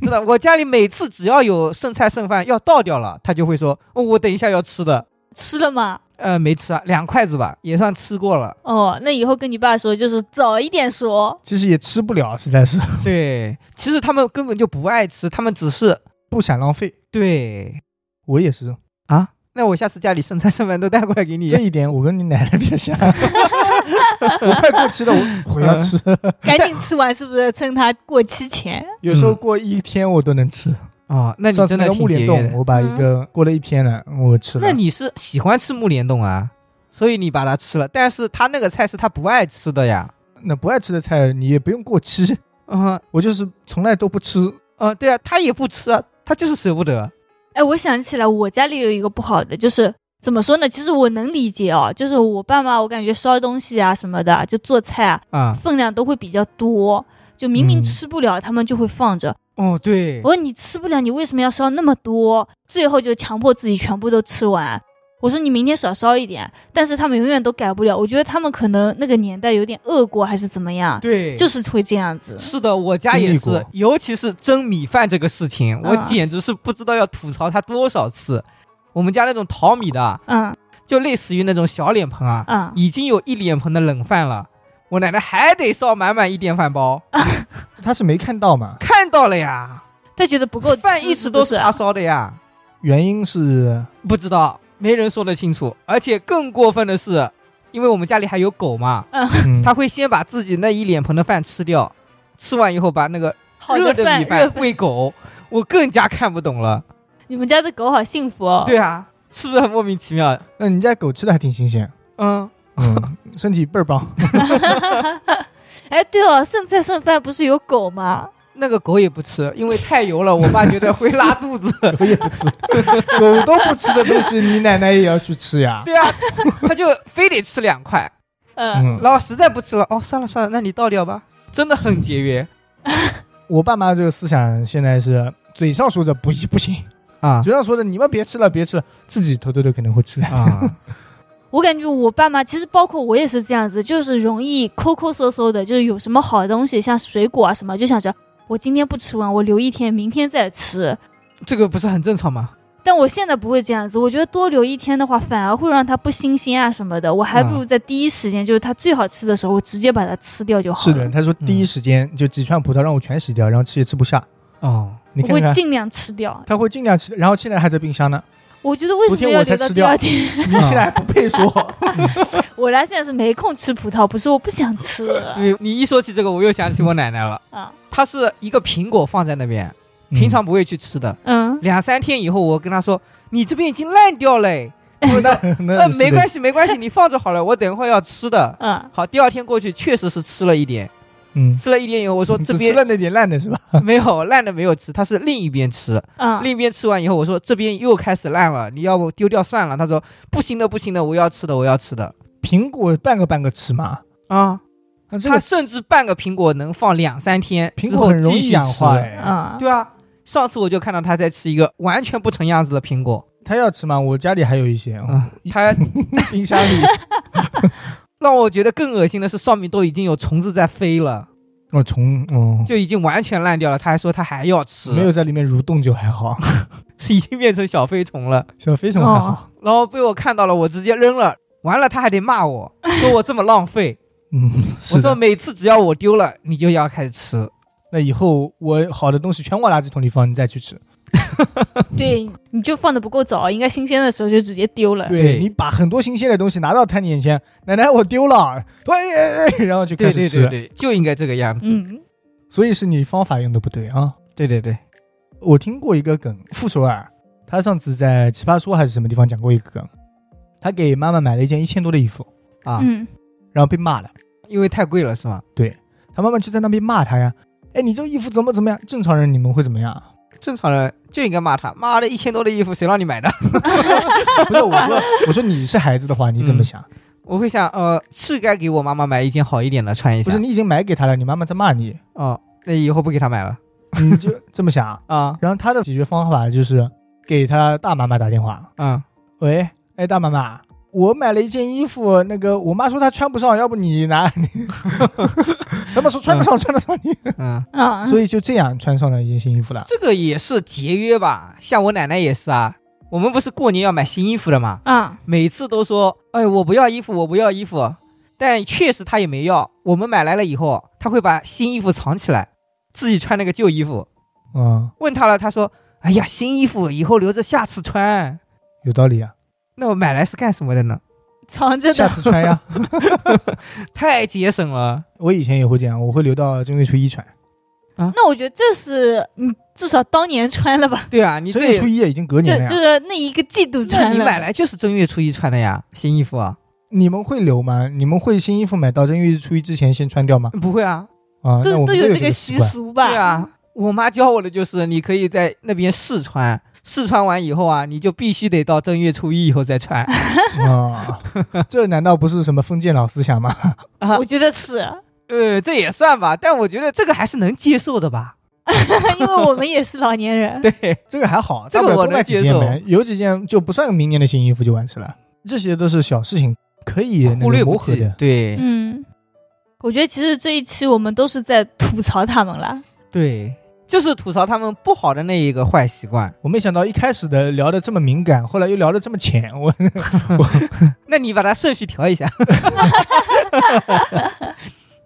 S3: 真的，我家里每次只要有剩菜剩饭要倒掉了，他就会说：“哦，我等一下要吃的。
S2: 吃了吗？”
S3: 呃，没吃啊，两筷子吧，也算吃过了。
S2: 哦，那以后跟你爸说，就是早一点 说。
S1: 其实也吃不了，实在是
S3: 对，其实他们根本就不爱吃，他们只是
S1: 不想浪费。
S3: 对
S1: 我也是，
S3: 啊。那我下次家里剩菜剩饭都带过来给你
S1: 这。一点我跟你奶奶比较 像。我快过期了，我我要吃。
S3: 嗯
S2: 赶紧吃完，是不是趁他过期前？
S1: 有时候过一天我都能吃。
S3: 哦，那你
S1: 上次
S3: 真
S1: 那
S3: 的
S1: 个
S3: 挺
S1: 木
S3: 节
S1: 莲
S3: 约
S1: 冻，
S3: 的。
S1: 我把一个过了一天了，我吃了。
S3: 那你是喜欢吃木莲冻啊？所以你把它吃了，但是他那个菜是他不爱吃的呀。
S1: 那不爱吃的菜，你也不用过期。
S3: 嗯
S1: 我就是从来都不吃。
S3: 嗯，对啊，他也不吃啊，他就是舍不得。
S2: 哎，我想起来，我家里有一个不好的，就是怎么说呢？其实我能理解哦，就是我爸妈，我感觉烧东西啊什么的，就做菜啊，
S3: 啊、
S2: 分量都会比较多。就明明
S1: 嗯
S2: 吃不了，他们就会放着。
S3: 哦，对
S2: 我，说你吃不了，你为什么要烧那么多？最后就强迫自己全部都吃完。我说你明天少烧一点，但是他们永远都改不了。我觉得他们可能那个年代有点饿过，还是怎么样，
S3: 对，
S2: 就是是会这样子。
S3: 是的，我家也
S1: 经历
S3: 是
S1: 过，
S3: 尤其是蒸米饭这个事情，我
S2: 嗯
S3: 简直是不知道要吐槽他多少次。我们家那种淘米的啊，
S2: 嗯
S3: 就类似于那种小脸盆啊，
S2: 嗯，
S3: 已经有一脸盆的冷饭了，我奶奶还得烧满满一电饭煲，
S2: 嗯
S1: 他是没看到嘛？
S3: 看到了呀，
S2: 他觉得不够吃，
S3: 饭一直都
S2: 呃是嗯
S3: 是
S2: 不
S3: 她
S2: 是
S3: 烧的呀，
S1: 原因是
S3: 不知道，没人说得清楚。而且更过分的是，因为我们家里还有狗嘛，
S1: 嗯
S3: 它会先把自己那一脸盆的饭吃掉，吃完以后把那个
S2: 好
S3: 热
S2: 的
S3: 的
S2: 饭，
S3: 米
S2: 热
S3: 饭喂狗，我更加看不懂了。
S2: 你们家的狗好幸福哦。
S3: 对啊，是不是很莫名其妙？
S1: 那你家狗吃的还挺新鲜，
S3: 嗯，
S1: 嗯，身体倍儿棒。
S2: 哎，对哦，剩菜剩饭不是有狗吗？
S3: 那个狗也不吃，因为太油了，我爸觉得会拉肚 子。
S1: 狗也不吃，狗都不吃的东西，你奶奶也要去吃呀。
S3: 对啊，他就非得吃两块，
S2: 嗯，
S1: 嗯，
S3: 然后实在不吃了，哦，算了算了，那你倒掉吧。真的很节约
S1: 我爸妈这个思想现在是嘴上说着不不行，
S3: 啊
S1: 嘴上说着你们别吃了别吃了，自己偷偷的可能会 吃。
S3: 啊！
S2: 我感觉我爸妈其实包括我也是这样子，就是容易抠抠搜搜的，就是有什么好的东西，像水果啊什么，就想着我今天不吃完，我留一天，明天再吃。
S3: 这个不是很正常吗？
S2: 但我现在不会这样子，我觉得多留一天的话，反而会让它不新鲜啊什么的。我还不
S3: 嗯
S2: 如在第一时间，就是它最好吃的时候，我直接把它吃掉就好
S1: 是
S2: 了。
S1: 的，他说第
S3: 嗯
S1: 一时间就几串葡萄让我全洗掉，然后吃也吃不下。
S3: 哦，
S1: 你
S2: 我
S1: 看
S2: 会
S1: 看，
S2: 尽量吃掉。
S1: 他会尽量吃，然后现在还在冰 箱呢。
S2: 我觉得为什么要留到第二天？
S1: 你现在还不配说，
S2: 我俩现在是没空吃葡萄，不是我不想吃
S3: 对你一说起这个，我又想起我奶奶了。
S2: 啊。
S3: 她是一个苹果放在那边，
S1: 嗯
S3: 平常不会去吃的。
S2: 嗯，
S3: 两三天以后，我跟她说：“你这边已经烂掉了。”我说
S1: 嗯 那
S3: 呃，没关
S1: 系，
S3: 系，没关系，你放着好了，我等会儿要吃的。
S2: 嗯，
S3: 好，第二天过去确实是吃了一点，
S1: 嗯，
S3: 吃了一点以后，我说这
S1: 只吃
S3: 边
S1: 了那点烂的是吧？
S3: 没有烂的没有吃，他是另一边吃，
S2: 嗯，
S3: 另一边吃完以后，我说这边又开始烂了，你要不丢掉算了。他说不行的不行的，我要吃的我要吃的
S1: 苹果半个半个吃嘛，
S3: 啊。
S1: 那这
S3: 他
S1: 个
S3: 甚至半个苹果能放两三天，
S1: 苹
S3: 之
S1: 果
S3: 后
S1: 很容
S3: 继
S1: 易
S3: 续
S1: 氧
S3: 吃
S1: 化哎。
S2: 嗯，
S3: 对啊，上次我就看到他在吃一个完全不成样子的苹果，
S1: 他要吃吗？我家里还有一些，哦
S3: 嗯，他
S1: 冰箱 里。
S3: 让我觉得更恶心的是，上面都已经有虫子在飞了，
S1: 哦，虫哦，
S3: 就已经完全烂掉了。他还说他还要吃，
S1: 没有在里面蠕动就还好，
S3: 是已经变成小飞虫了。
S1: 小飞虫还
S2: 哦
S1: 好。
S3: 然后被我看到了，我直接扔了。完了，他还得 骂我，说我这么浪费。
S1: 嗯，是
S3: 我说
S1: 的。
S3: 每次只要我丢了，你就要开始吃。
S1: 那以后我好的东西全往垃圾桶里放，你再去吃。
S2: 对，你就放的不够早，应该新鲜的时候就直接丢
S1: 哎
S2: 了。
S3: 对
S1: 你把很多新鲜的东西拿到摊眼前，奶奶我丢了，哎哎哎，然后就开
S3: 对
S1: 始
S3: 对
S1: 吃。
S3: 对对，就应该这个样子。
S2: 嗯，
S1: 所以是你方法用的不对啊。
S3: 对对对，
S1: 我听过一个梗，傅首尔，他上次在奇葩说还是什么地方讲过一个梗，他给妈妈买了一件一千多的衣服，
S3: 啊，
S2: 嗯，
S1: 然后被骂了。
S3: 因为太贵了是吗？
S1: 他妈妈就在那边骂他呀， 哎，你这衣服怎么怎么样？正常人你们会怎么样？
S3: 正常人就应该骂他，妈的，一千多的衣服谁让你买的？
S1: 不是我说，我说你是孩子的话，你怎么想？
S3: 我会想，呃，是该给我妈妈买一件好一点的穿一
S1: 不
S3: 下。
S1: 是你已经买给他了，你妈妈在骂 你，
S3: 哦，那以后不给她买了
S1: 你就这么想。
S3: 啊？
S1: 然后他的解决方法就是给他大妈妈打电话，
S3: 嗯，
S1: 喂，哎，大妈妈，我买了一件衣服，那个我妈说她穿不上，要不你拿 你，他妈说穿得上，穿得上你，
S3: 嗯，
S2: 啊，
S1: 所以就这样穿上了一件新衣服了。
S3: 这个也是节约吧？像我奶奶也是啊，我们不是过年要买新衣服的嘛，
S2: 啊，
S3: 每次都说，哎，我不要衣服，我不要衣服，但确实她也没要。我们买来了以后，她会把新衣服藏起来，自己穿那个旧衣服。
S1: 嗯，
S3: 问她了，她说，哎呀，新衣服以后留着下次穿。
S1: 有道理啊，
S3: 那我买来是干什么的呢？
S2: 藏着
S1: 下
S2: 的，
S1: 次穿 呀。
S3: 太节省了。
S1: 我以前也会这样，我会留到正月初一穿。
S2: 那我觉得这是嗯，至少当年穿了吧，
S3: 对啊，你
S1: 正
S3: 这
S1: 月初一也已经隔
S2: 就
S1: 年了呀。
S2: 就是那一个季度
S3: 那
S2: 穿
S3: 你
S2: 了。
S3: 买来就是正月初一穿的呀，新衣服啊？
S1: 你们会留吗？你们会新衣服买到正月初一之前先穿掉吗？
S3: 不会啊，
S1: 啊，那
S2: 都
S1: 我
S2: 都
S1: 们有
S2: 这个习
S1: 习惯。
S2: 俗吧？
S3: 对啊，我妈教我的就是，你可以在那边试穿，试穿完以后啊，你就必须得到正月初一以后再 穿。
S1: 啊， 这难道不是什么封建老思想 吗？
S3: 啊
S2: 我觉得是
S3: 呃，这也算吧，但我觉得这个还是能接受的吧。
S2: 因为我们也是老年人。
S3: 对，
S1: 这个还好，
S3: 这个
S1: 大不了多
S3: 我能
S1: 买几
S3: 接
S1: 件
S3: 受
S1: 呗，有几件就不算明年的新衣服就完事了。这些都是小事情，可以那个
S3: 忽略
S1: 磨
S3: 不
S1: 合
S3: 计
S1: 的。。
S3: 对、
S2: 嗯，我觉得其实这一期我们都是在吐槽他们啦。
S3: 对，就是吐槽他们不好的那一个坏习惯。
S1: 我没想到一开始的聊的这么敏感，后来又聊的这么浅，我
S3: 那你把它顺序调一下，嗯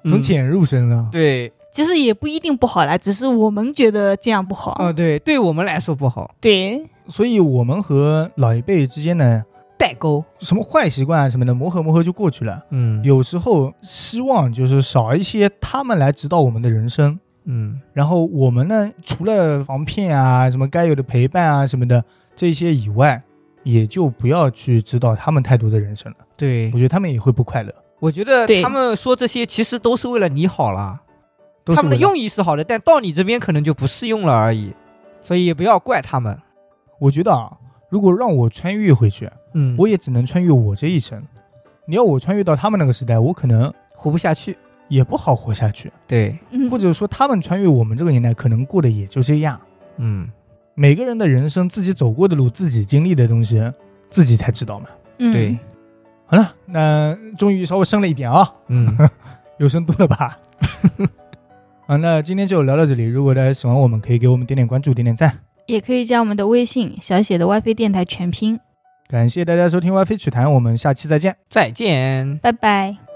S1: 从浅入深啊。
S3: 对，
S2: 其实也不一定不好啦，只是我们觉得这样不好。
S1: 呃
S3: 哦对，对我们来说不好，
S2: 对，
S1: 所以我们和老一辈之间呢，
S3: 代沟。
S1: 什么坏习惯啊什么的，磨合磨合就过去了。
S3: 嗯
S1: 有时候希望就是少一些他们来指导我们的人生，
S3: 嗯，
S1: 然后我们呢，除了防骗啊、什么该有的陪伴啊什么的这些以外，也就不要去指导他们太多的人生了。
S3: 对
S1: 我，觉得他们也会不快乐，
S3: 我觉得
S2: 对
S3: 他们说这些其实都是为了你好啦，
S1: 都是
S3: 他们的
S1: 为了
S3: 用意是好的，但到你这边可能就不适用了而已，所以也不要怪他们。
S1: 我觉得啊，如果让我穿越回去，
S3: 嗯我
S1: 我也只能穿越我这一生。你要我穿越到他们那个时代，我可能
S3: 活不下去。
S1: 也不好活下去，
S3: 对，
S2: 嗯
S1: 或，者说他们穿越我们这个年代，可能过得也就这样。
S3: 嗯，
S1: 每个人的人生，自己走过的路，自己经历的东西，自己才知道嘛。
S2: 嗯
S3: 对，，
S1: 好了，那终于稍微深了一点啊。
S3: 嗯，
S1: 有深度了吧？ 啊，那今天就聊到这里。如果大家喜欢我们，可以给我们点点关注，点点赞。
S2: 也可以加我们的微信小写的 WiFi 电台全拼，
S1: 感谢大家收听 WiFi 曲谈，我们下期再见。
S3: 再见。
S2: 拜拜。